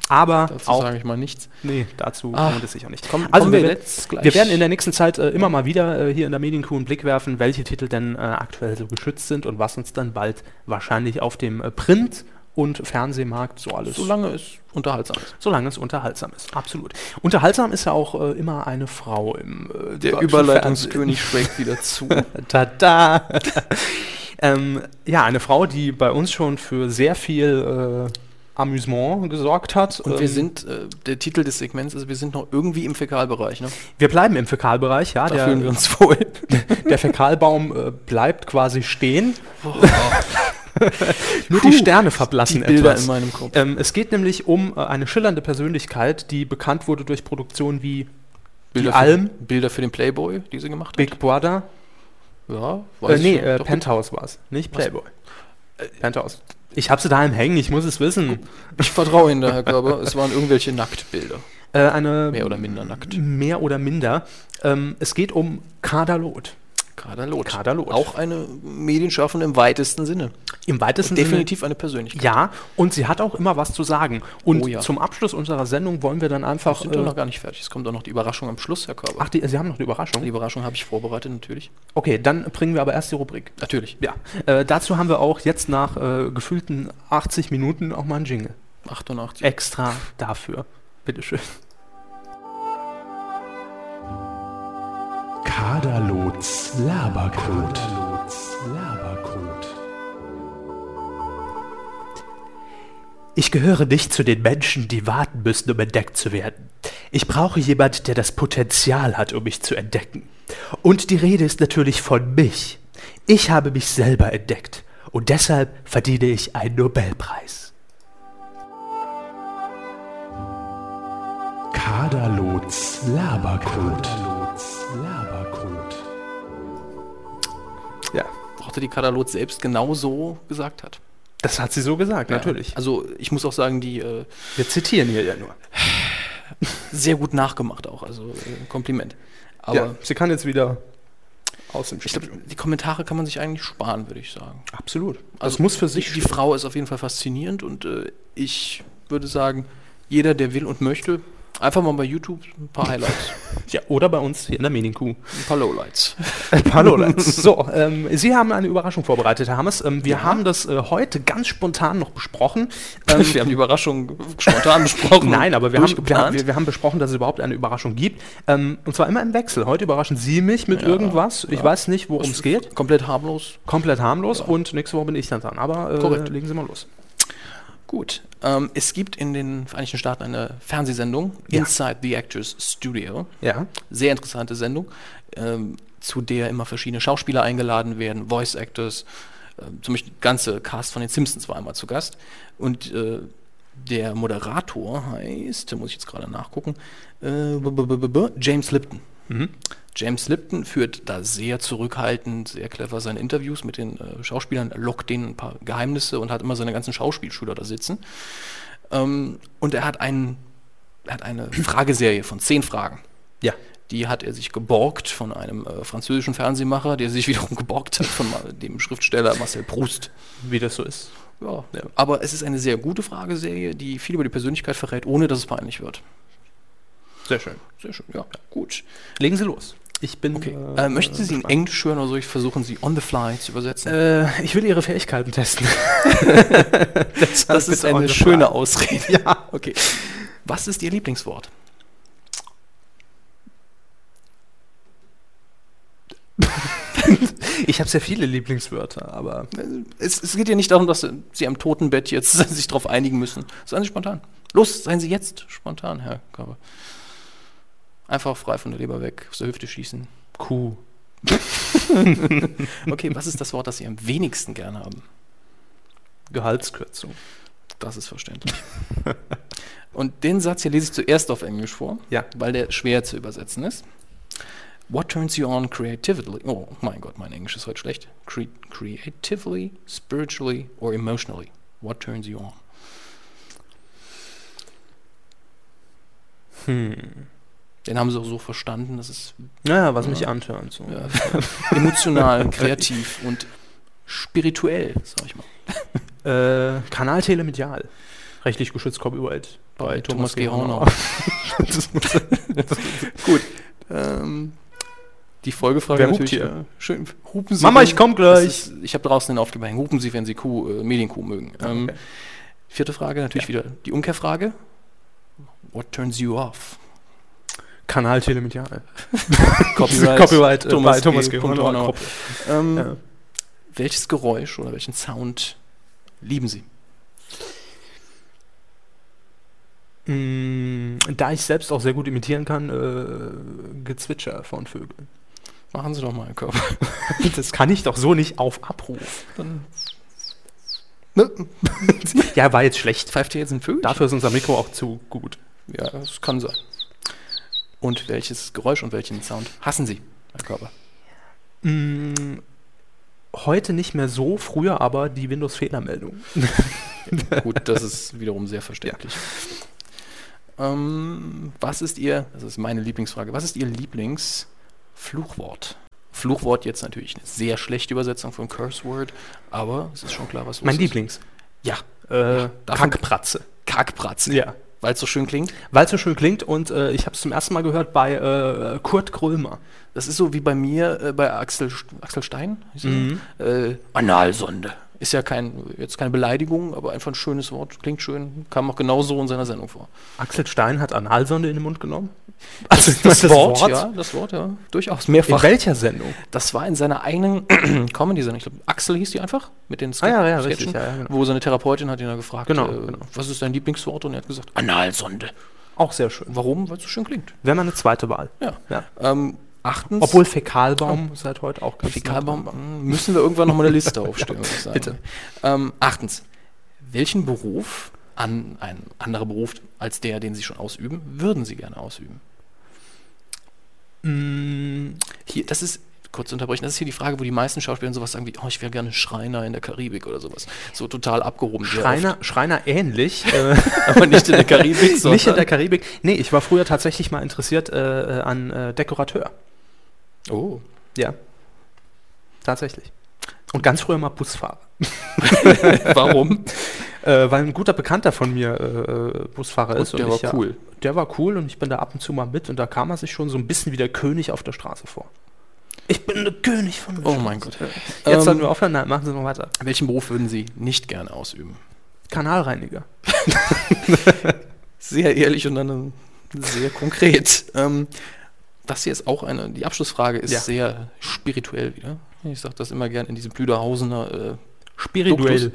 S2: Aber
S3: Dazu
S2: auch.
S3: sage ich mal nichts.
S2: Nee, dazu
S3: Ah.
S2: lohnt es sich auch nicht.
S3: Komm,
S2: Also
S3: kommen
S2: wir-
S3: jetzt gleich.
S2: Wir werden in der nächsten Zeit äh, immer mal wieder äh, hier in der Medienkuh einen Blick werfen, welche Titel denn äh, aktuell so geschützt sind und was uns dann bald wahrscheinlich auf dem äh, Print und Fernsehmarkt, so alles.
S3: Solange es unterhaltsam ist.
S2: Solange es unterhaltsam ist, absolut. Unterhaltsam ist ja auch äh, immer eine Frau im äh,
S3: Der
S2: deutschen
S3: Überleitungskönig schlägt wieder zu.
S2: Fernsehen. Tada! ähm, ja, eine Frau, die bei uns schon für sehr viel äh, Amüsement gesorgt hat.
S3: Und
S2: Ähm,
S3: wir sind, äh, der Titel des Segments ist, wir sind noch irgendwie im Fäkalbereich. Ne?
S2: wir bleiben im Fäkalbereich, ja.
S3: Da
S2: Der,
S3: fühlen wir uns wohl.
S2: der Fäkalbaum äh, bleibt quasi stehen. Nur die Sterne verblassen etwas.
S3: meinem Kopf.
S2: Ähm, es geht nämlich um äh, eine schillernde Persönlichkeit, die bekannt wurde durch Produktionen wie
S3: Bilder,
S2: Alm.
S3: für, Bilder für den Playboy, die sie gemacht hat.
S2: Big Brother.
S3: Ja,
S2: Äh, nee,
S3: ich
S2: äh,
S3: doch. Äh,
S2: Penthouse war es, nicht Playboy. Penthouse. Ich habe sie daheim hängen, ich muss es wissen.
S3: Ich vertraue Ihnen da, Herr Körber. Es waren irgendwelche Nacktbilder.
S2: Äh, eine
S3: Mehr oder minder nackt.
S2: mehr oder minder. Ähm, es geht um Kaderlot.
S3: Kaderlot.
S2: Kaderlot.
S3: Auch eine Medienschaffende im weitesten Sinne.
S2: Im weitesten
S3: Definitiv eine Persönlichkeit.
S2: Ja, und sie hat auch immer was zu sagen. Und
S3: Oh ja.
S2: zum Abschluss unserer Sendung wollen wir dann einfach.
S3: Sind wir
S2: Äh,
S3: noch gar nicht fertig. Es kommt auch noch die Überraschung am Schluss, Herr Körber.
S2: ach, die, Sie haben noch eine
S3: Die
S2: Überraschung.
S3: Überraschung habe ich vorbereitet, natürlich.
S2: Okay, dann bringen wir aber erst die Rubrik.
S3: Natürlich.
S2: Ja, äh, dazu haben wir auch jetzt nach äh, gefühlten 80 Minuten auch mal einen Jingle.
S3: 88.
S2: Extra dafür. Bitteschön.
S1: Kaderlots Labercode. Kaderlots Labercode.
S2: Ich gehöre nicht zu den Menschen, die warten müssen, um entdeckt zu werden. Ich brauche jemand, der das Potenzial hat, um mich zu entdecken. Und die Rede ist natürlich von mich. Ich habe mich selber entdeckt und deshalb verdiene ich einen Nobelpreis.
S1: Kaderlots Labercode. Kaderlots Labercode.
S2: Ja,
S3: Brauchte die Kaderlot selbst genau so gesagt hat.
S2: das hat sie so gesagt,
S3: Ja. Also ich muss auch sagen, die äh,
S2: Wir zitieren hier ja nur.
S3: sehr gut nachgemacht auch. Also äh, Kompliment. Aber
S2: sie kann jetzt wieder aus dem
S3: ich glaube, die Kommentare kann man sich eigentlich sparen, würde ich sagen.
S2: Absolut.
S3: Also die, die Frau ist auf jeden Fall faszinierend und äh, ich würde sagen, jeder, der will und möchte, einfach mal bei YouTube ein paar Highlights,
S2: Ja, oder bei uns hier in der Medienkuh.
S3: ein paar Lowlights.
S2: Hallo Lenz. So, ähm, Sie haben eine Überraschung vorbereitet, Herr Hammes. Ähm, wir haben das äh, heute ganz spontan noch besprochen. Ähm,
S3: wir haben die Überraschung spontan besprochen.
S2: Nein, aber wir haben, wir, haben, wir,
S3: durchgeplant.
S2: wir haben besprochen, dass es überhaupt eine Überraschung gibt. Ähm, und zwar immer im Wechsel. Heute überraschen Sie mich mit irgendwas. Ich weiß nicht, worum es geht.
S3: komplett harmlos.
S2: Komplett harmlos. Und nächste Woche bin ich dann dran. Aber äh,
S3: Korrekt.
S2: legen Sie mal los.
S3: Gut. Ähm, es gibt in den Vereinigten Staaten eine Fernsehsendung,
S2: Ja.
S3: Inside the Actors Studio.
S2: Ja.
S3: Sehr interessante Sendung, ähm, zu der immer verschiedene Schauspieler eingeladen werden, Voice Actors, ähm, zum Beispiel der ganze Cast von den Simpsons war einmal zu Gast. Und äh, der Moderator heißt, da muss ich jetzt gerade nachgucken, äh, b- b- b- b- James Lipton. James Lipton führt da sehr zurückhaltend, sehr clever seine Interviews mit den äh, Schauspielern, lockt denen ein paar Geheimnisse und hat immer seine ganzen Schauspielschüler da sitzen. Ähm, und er hat, einen, er hat eine Frageserie von zehn Fragen.
S2: Ja.
S3: Die hat er sich geborgt von einem äh, französischen Fernsehmacher, der sich wiederum geborgt hat von Ma- dem Schriftsteller Marcel Proust.
S2: Wie das so ist.
S3: Ja, aber es ist eine sehr gute Frageserie, die viel über die Persönlichkeit verrät, ohne dass es peinlich wird.
S2: Sehr schön.
S3: Sehr schön, ja, gut.
S2: Legen Sie los. Ich bin.
S3: Okay. Äh, möchten Sie sie in Englisch hören oder soll ich versuchen, sie on the fly zu übersetzen?
S2: Äh, ich will Ihre Fähigkeiten testen.
S3: das ist
S2: bitte on
S3: eine
S2: the
S3: schöne
S2: fly.
S3: Ausrede.
S2: ja.
S3: Okay. Was ist Ihr Lieblingswort?
S2: Ich habe sehr viele Lieblingswörter, aber.
S3: Es, es geht ja nicht darum, dass Sie am Totenbett jetzt sich darauf einigen müssen. Seien Sie spontan. Los, seien Sie jetzt spontan, Herr Körber. Einfach frei von der Leber weg, aus der Hüfte schießen.
S2: Kuh.
S3: Okay, was ist das Wort, das Sie am wenigsten gern haben?
S2: Gehaltskürzung.
S3: Das ist verständlich. Und den Satz hier lese ich zuerst auf Englisch vor,
S2: Ja.
S3: weil der schwer zu übersetzen ist. What turns you on creatively? Oh mein Gott, mein Englisch ist heute schlecht. Cre creatively, spiritually or emotionally? What turns you on?
S2: Hm.
S3: Den haben sie auch so verstanden, dass es
S2: Naja, was
S3: Ja.
S2: mich antört. So.
S3: ja, emotional, kreativ und spirituell, sag ich mal.
S2: Äh, Kanal Telemedial. Rechtlich geschützt Copyright bei Thomas, G. Hornauer. Das muss-
S3: Gut. Ähm, die Folgefrage
S2: Wer hupt
S3: natürlich.
S2: hier?
S3: äh, Schön, hupen Sie.
S2: Mama,
S3: wenn-
S2: ich komm
S3: Das
S2: gleich.
S3: Ist, ich habe draußen den Aufkleber hängen. Hupen Sie, wenn Sie Kuh, äh, Medienkuh mögen. Ähm,
S2: Ah, Okay.
S3: Vierte Frage, natürlich wieder die Umkehrfrage. What turns you off?
S2: Kanal Telemedial.
S3: Copyright,
S2: Copyright, äh,
S3: Thomas,
S2: bei Thomas
S3: G.
S2: G.
S3: Punkt
S2: Hornauer.
S3: Hornauer. Ähm,
S2: Ja.
S3: Welches Geräusch oder welchen Sound lieben Sie?
S2: Mm, Da ich selbst auch sehr gut imitieren kann, äh, Gezwitscher von Vögeln.
S3: Machen Sie doch mal einen Kopf.
S2: Das kann ich doch so nicht auf Abruf.
S3: Dann
S2: Ja, war jetzt schlecht.
S3: pfeift ihr jetzt ein Vögel?
S2: Dafür ist unser Mikro auch zu gut.
S3: Ja, das kann sein. Und welches Geräusch und welchen Sound hassen Sie, Herr Körper?
S2: Mm, Heute nicht mehr so, früher aber die Windows-Fehlermeldung.
S3: Gut, das ist wiederum sehr verständlich. Ähm, was ist Ihr, das ist meine Lieblingsfrage, was ist Ihr Lieblingsfluchwort? Fluchwort jetzt natürlich eine sehr schlechte Übersetzung von Curse Word, aber es ist schon klar, was los
S2: Mein
S3: ist.
S2: Lieblings.
S3: Ja,
S2: Äh,
S3: davon-
S2: Kackpratze.
S3: Kackpratzen.
S2: Ja.
S3: Weil es so schön klingt.
S2: Weil es so schön klingt und äh, ich habe es zum ersten Mal gehört bei äh, Kurt Krömer.
S3: Das ist so wie bei mir, äh, bei Axel, St- Axel Stein. hieß er?
S2: Mhm.
S3: Äh, Analsonde. Ist ja kein, jetzt keine Beleidigung, aber einfach ein schönes Wort. Klingt schön. Kam auch genauso in seiner Sendung vor.
S2: Axel Stein hat Analsonde in den Mund genommen. Also
S3: ja. Das Wort, ja. Durchaus.
S2: In
S3: Mehrfach.
S2: welcher Sendung?
S3: Das war in seiner eigenen Comedy-Sendung. Ich glaube, Axel hieß die einfach. Mit den Ske
S2: Ah, ja, ja, richtig, ja, ja, genau.
S3: Wo seine Therapeutin hat ihn dann gefragt,
S2: Genau,
S3: äh,
S2: genau.
S3: was ist dein Lieblingswort? Und er hat gesagt, Analsonde.
S2: Auch sehr schön.
S3: Warum? Weil es so schön klingt.
S2: Wäre mal eine zweite Wahl.
S3: Ja.
S2: Ja.
S3: Ähm, achtens.
S2: Obwohl Fäkalbaum seit heute auch ganz
S3: Fäkalbaum mh, hm, müssen wir irgendwann nochmal eine Liste aufstellen. würde ich sagen.
S2: bitte.
S3: Ähm, achtens, welchen Beruf, an, ein anderer Beruf als der, den Sie schon ausüben, würden Sie gerne ausüben?
S2: Mm,
S3: Hier, das ist, kurz unterbrechen, das ist hier die Frage, wo die meisten Schauspieler sowas sagen wie, oh, ich wäre gerne Schreiner in der Karibik oder sowas. So total abgehoben. sehr
S2: Schreiner, Schreiner ähnlich. äh,
S3: oft. aber nicht in der Karibik, sondern
S2: nicht in der Karibik. Nee, ich war früher tatsächlich mal interessiert äh, äh, an äh, Dekorateur.
S3: Oh.
S2: Ja. Tatsächlich. Und ganz früher mal Busfahrer.
S3: Warum?
S2: Äh, weil ein guter Bekannter von mir äh, äh, Busfahrer ist.
S3: Und der war
S2: ich, ja-
S3: cool.
S2: Der war cool und ich bin da ab und zu mal mit und da kam er sich schon so ein bisschen wie der König auf der Straße vor. Ich bin der König von
S3: Oh mein Gott.
S2: Jetzt sollten
S3: Ähm,
S2: wir aufhören. Nein, machen Sie noch weiter.
S3: welchen Beruf würden Sie nicht gerne ausüben?
S2: Kanalreiniger.
S3: sehr ehrlich und dann ähm, sehr konkret. Ähm, das hier ist auch eine, die Abschlussfrage ist
S2: Ja.
S3: sehr spirituell wieder. Ich sage das immer gern in diesem Blüderhausener äh, Duktus.
S2: Spirituell.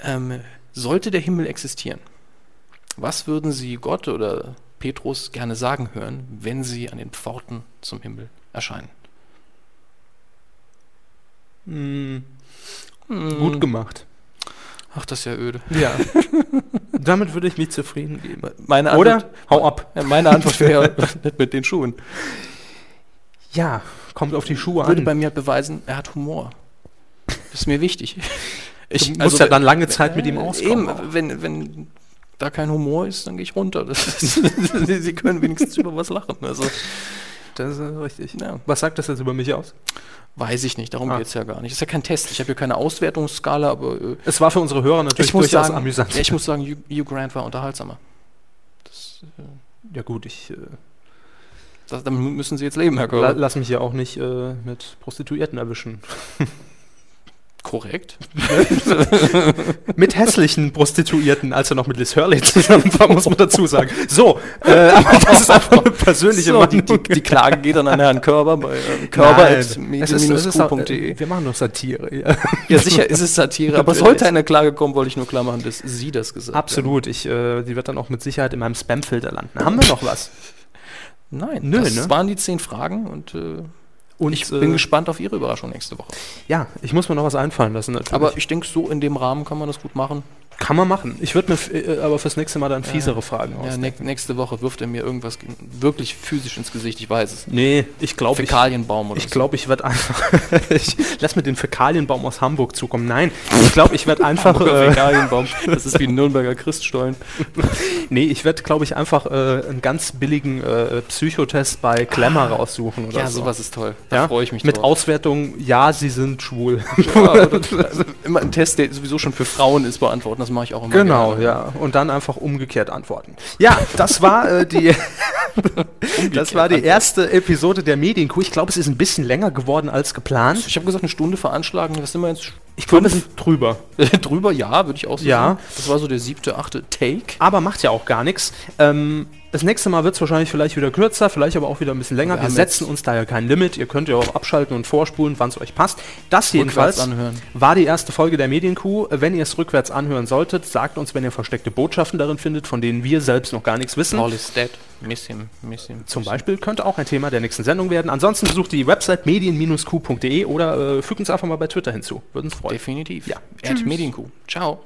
S3: Ähm, sollte der Himmel existieren, was würden Sie Gott oder Petrus gerne sagen hören, wenn Sie an den Pforten zum Himmel erscheinen?
S2: Mm,
S3: Hm.
S2: gut gemacht.
S3: Ach, das ist ja öde.
S2: Ja. Damit würde ich mich zufrieden geben.
S3: Meine
S2: Oder? Hau ab.
S3: Ja, meine Antwort wäre nicht mit den Schuhen.
S2: Ja, kommt auf die Schuhe
S3: würde
S2: an.
S3: bei mir halt beweisen, er hat Humor. Das ist mir wichtig. Ich also
S2: du musst ja dann lange Zeit mit ihm
S3: äh,
S2: auskommen.
S3: Eben, wenn, wenn da kein Humor ist, dann gehe ich runter. Das ist, Sie Sie können wenigstens über was lachen. Also,
S2: Das ist richtig.
S3: ja,
S2: Was sagt das jetzt über mich aus?
S3: weiß ich nicht, darum
S2: Ah.
S3: geht's geht es ja gar nicht. Ist ja kein Test. Ich habe hier keine Auswertungsskala, aber äh,
S2: Es war für unsere Hörer natürlich
S3: ich, muss
S2: durchaus
S3: sagen,
S2: amüsant.
S3: ich muss sagen, Hugh- Hugh Grant war unterhaltsamer. Das, äh,
S2: ja gut, ich äh,
S3: das, damit müssen Sie jetzt leben, Herr
S2: la
S3: Körber.
S2: lass mich ja auch nicht äh, mit Prostituierten erwischen.
S3: Korrekt.
S2: mit hässlichen Prostituierten, als er noch mit Liz Hurley zusammen war, muss man dazu sagen. So, äh, aber das ist einfach eine persönliche
S3: So, die,
S2: Meinung.
S3: die, die Klage geht an Herrn Körber bei äh,
S2: Nein. Es ist- es ist auch-
S3: körber.medien-q.de.
S2: äh, Wir machen doch Satire. Ja.
S3: Ja, sicher ist es Satire, aber
S2: Natürlich.
S3: sollte eine Klage kommen, wollte ich nur klar machen, dass Sie das gesagt haben.
S2: Absolut. Ich, äh, die wird dann auch mit Sicherheit in meinem Spamfilter landen. Haben wir noch was?
S3: Nein,
S2: Nö,
S3: das
S2: ne?
S3: waren die zehn Fragen und äh,
S2: Und
S3: ich
S2: äh,
S3: bin gespannt auf Ihre Überraschung nächste Woche.
S2: Ja, ich muss mir noch was einfallen lassen. Natürlich.
S3: Aber ich denke, so in dem Rahmen kann man das gut machen.
S2: kann man machen. Ich würde mir f- äh, aber fürs nächste Mal dann fiesere Fragen
S3: Ja,
S2: ausdenken.
S3: ne nächste Woche wirft er mir irgendwas ge- wirklich physisch ins Gesicht, ich weiß es.
S2: Nee, ich glaube, ich,
S3: Fäkalienbaum oder
S2: ich, glaub, ich werde einfach. ich lass mir den Fäkalienbaum aus Hamburg zukommen. Nein, ich glaube, ich werde
S3: so.
S2: einfach.
S3: Hamburger
S2: Äh,
S3: Fäkalienbaum. Das ist wie ein Nürnberger Christstollen.
S2: Nee, ich werde, glaube ich, einfach äh, einen ganz billigen äh, Psychotest bei Klemmer raussuchen oder
S3: Ja,
S2: so.
S3: sowas ist toll. Da
S2: Ja?
S3: freue ich mich
S2: Mit
S3: drauf.
S2: Auswertung, ja, sie sind schwul.
S3: Mit also immer ein Test, der sowieso schon für Frauen ist, beantworten. Das das mache ich auch immer.
S2: Genau,
S3: gerne.
S2: ja. Und dann einfach umgekehrt antworten. Ja, das war äh, die, das war die erste Episode der Medienkuh. Ich glaube, es ist ein bisschen länger geworden als geplant.
S3: Ich habe gesagt, eine Stunde veranschlagen, was sind wir jetzt?
S2: Ich glaube, wir sind drüber.
S3: Drüber, ja, würde ich auch so
S2: Ja.
S3: sagen. Das war so der siebte, achte Take.
S2: Aber macht ja auch gar nichts. Ähm, das nächste Mal wird es wahrscheinlich vielleicht wieder kürzer, vielleicht aber auch wieder ein bisschen länger.
S3: Wir
S2: Wir,
S3: haben
S2: setzen uns da ja kein Limit. Ihr könnt ja auch abschalten und vorspulen, wann es euch passt. Das jedenfalls
S3: Rückwärts anhören.
S2: war die erste Folge der Medienkuh. Wenn ihr es rückwärts anhören solltet, sagt uns, wenn ihr versteckte Botschaften darin findet, von denen wir selbst noch gar nichts wissen.
S3: Paul is dead. Miss him, miss him.
S2: Zum Beispiel könnte auch ein Thema der nächsten Sendung werden. Ansonsten besucht die Website medien-q.de oder äh, fügt uns einfach mal bei Twitter hinzu. Würden uns freuen.
S3: Definitiv.
S2: Ja.
S3: At Medienkuh. Ciao.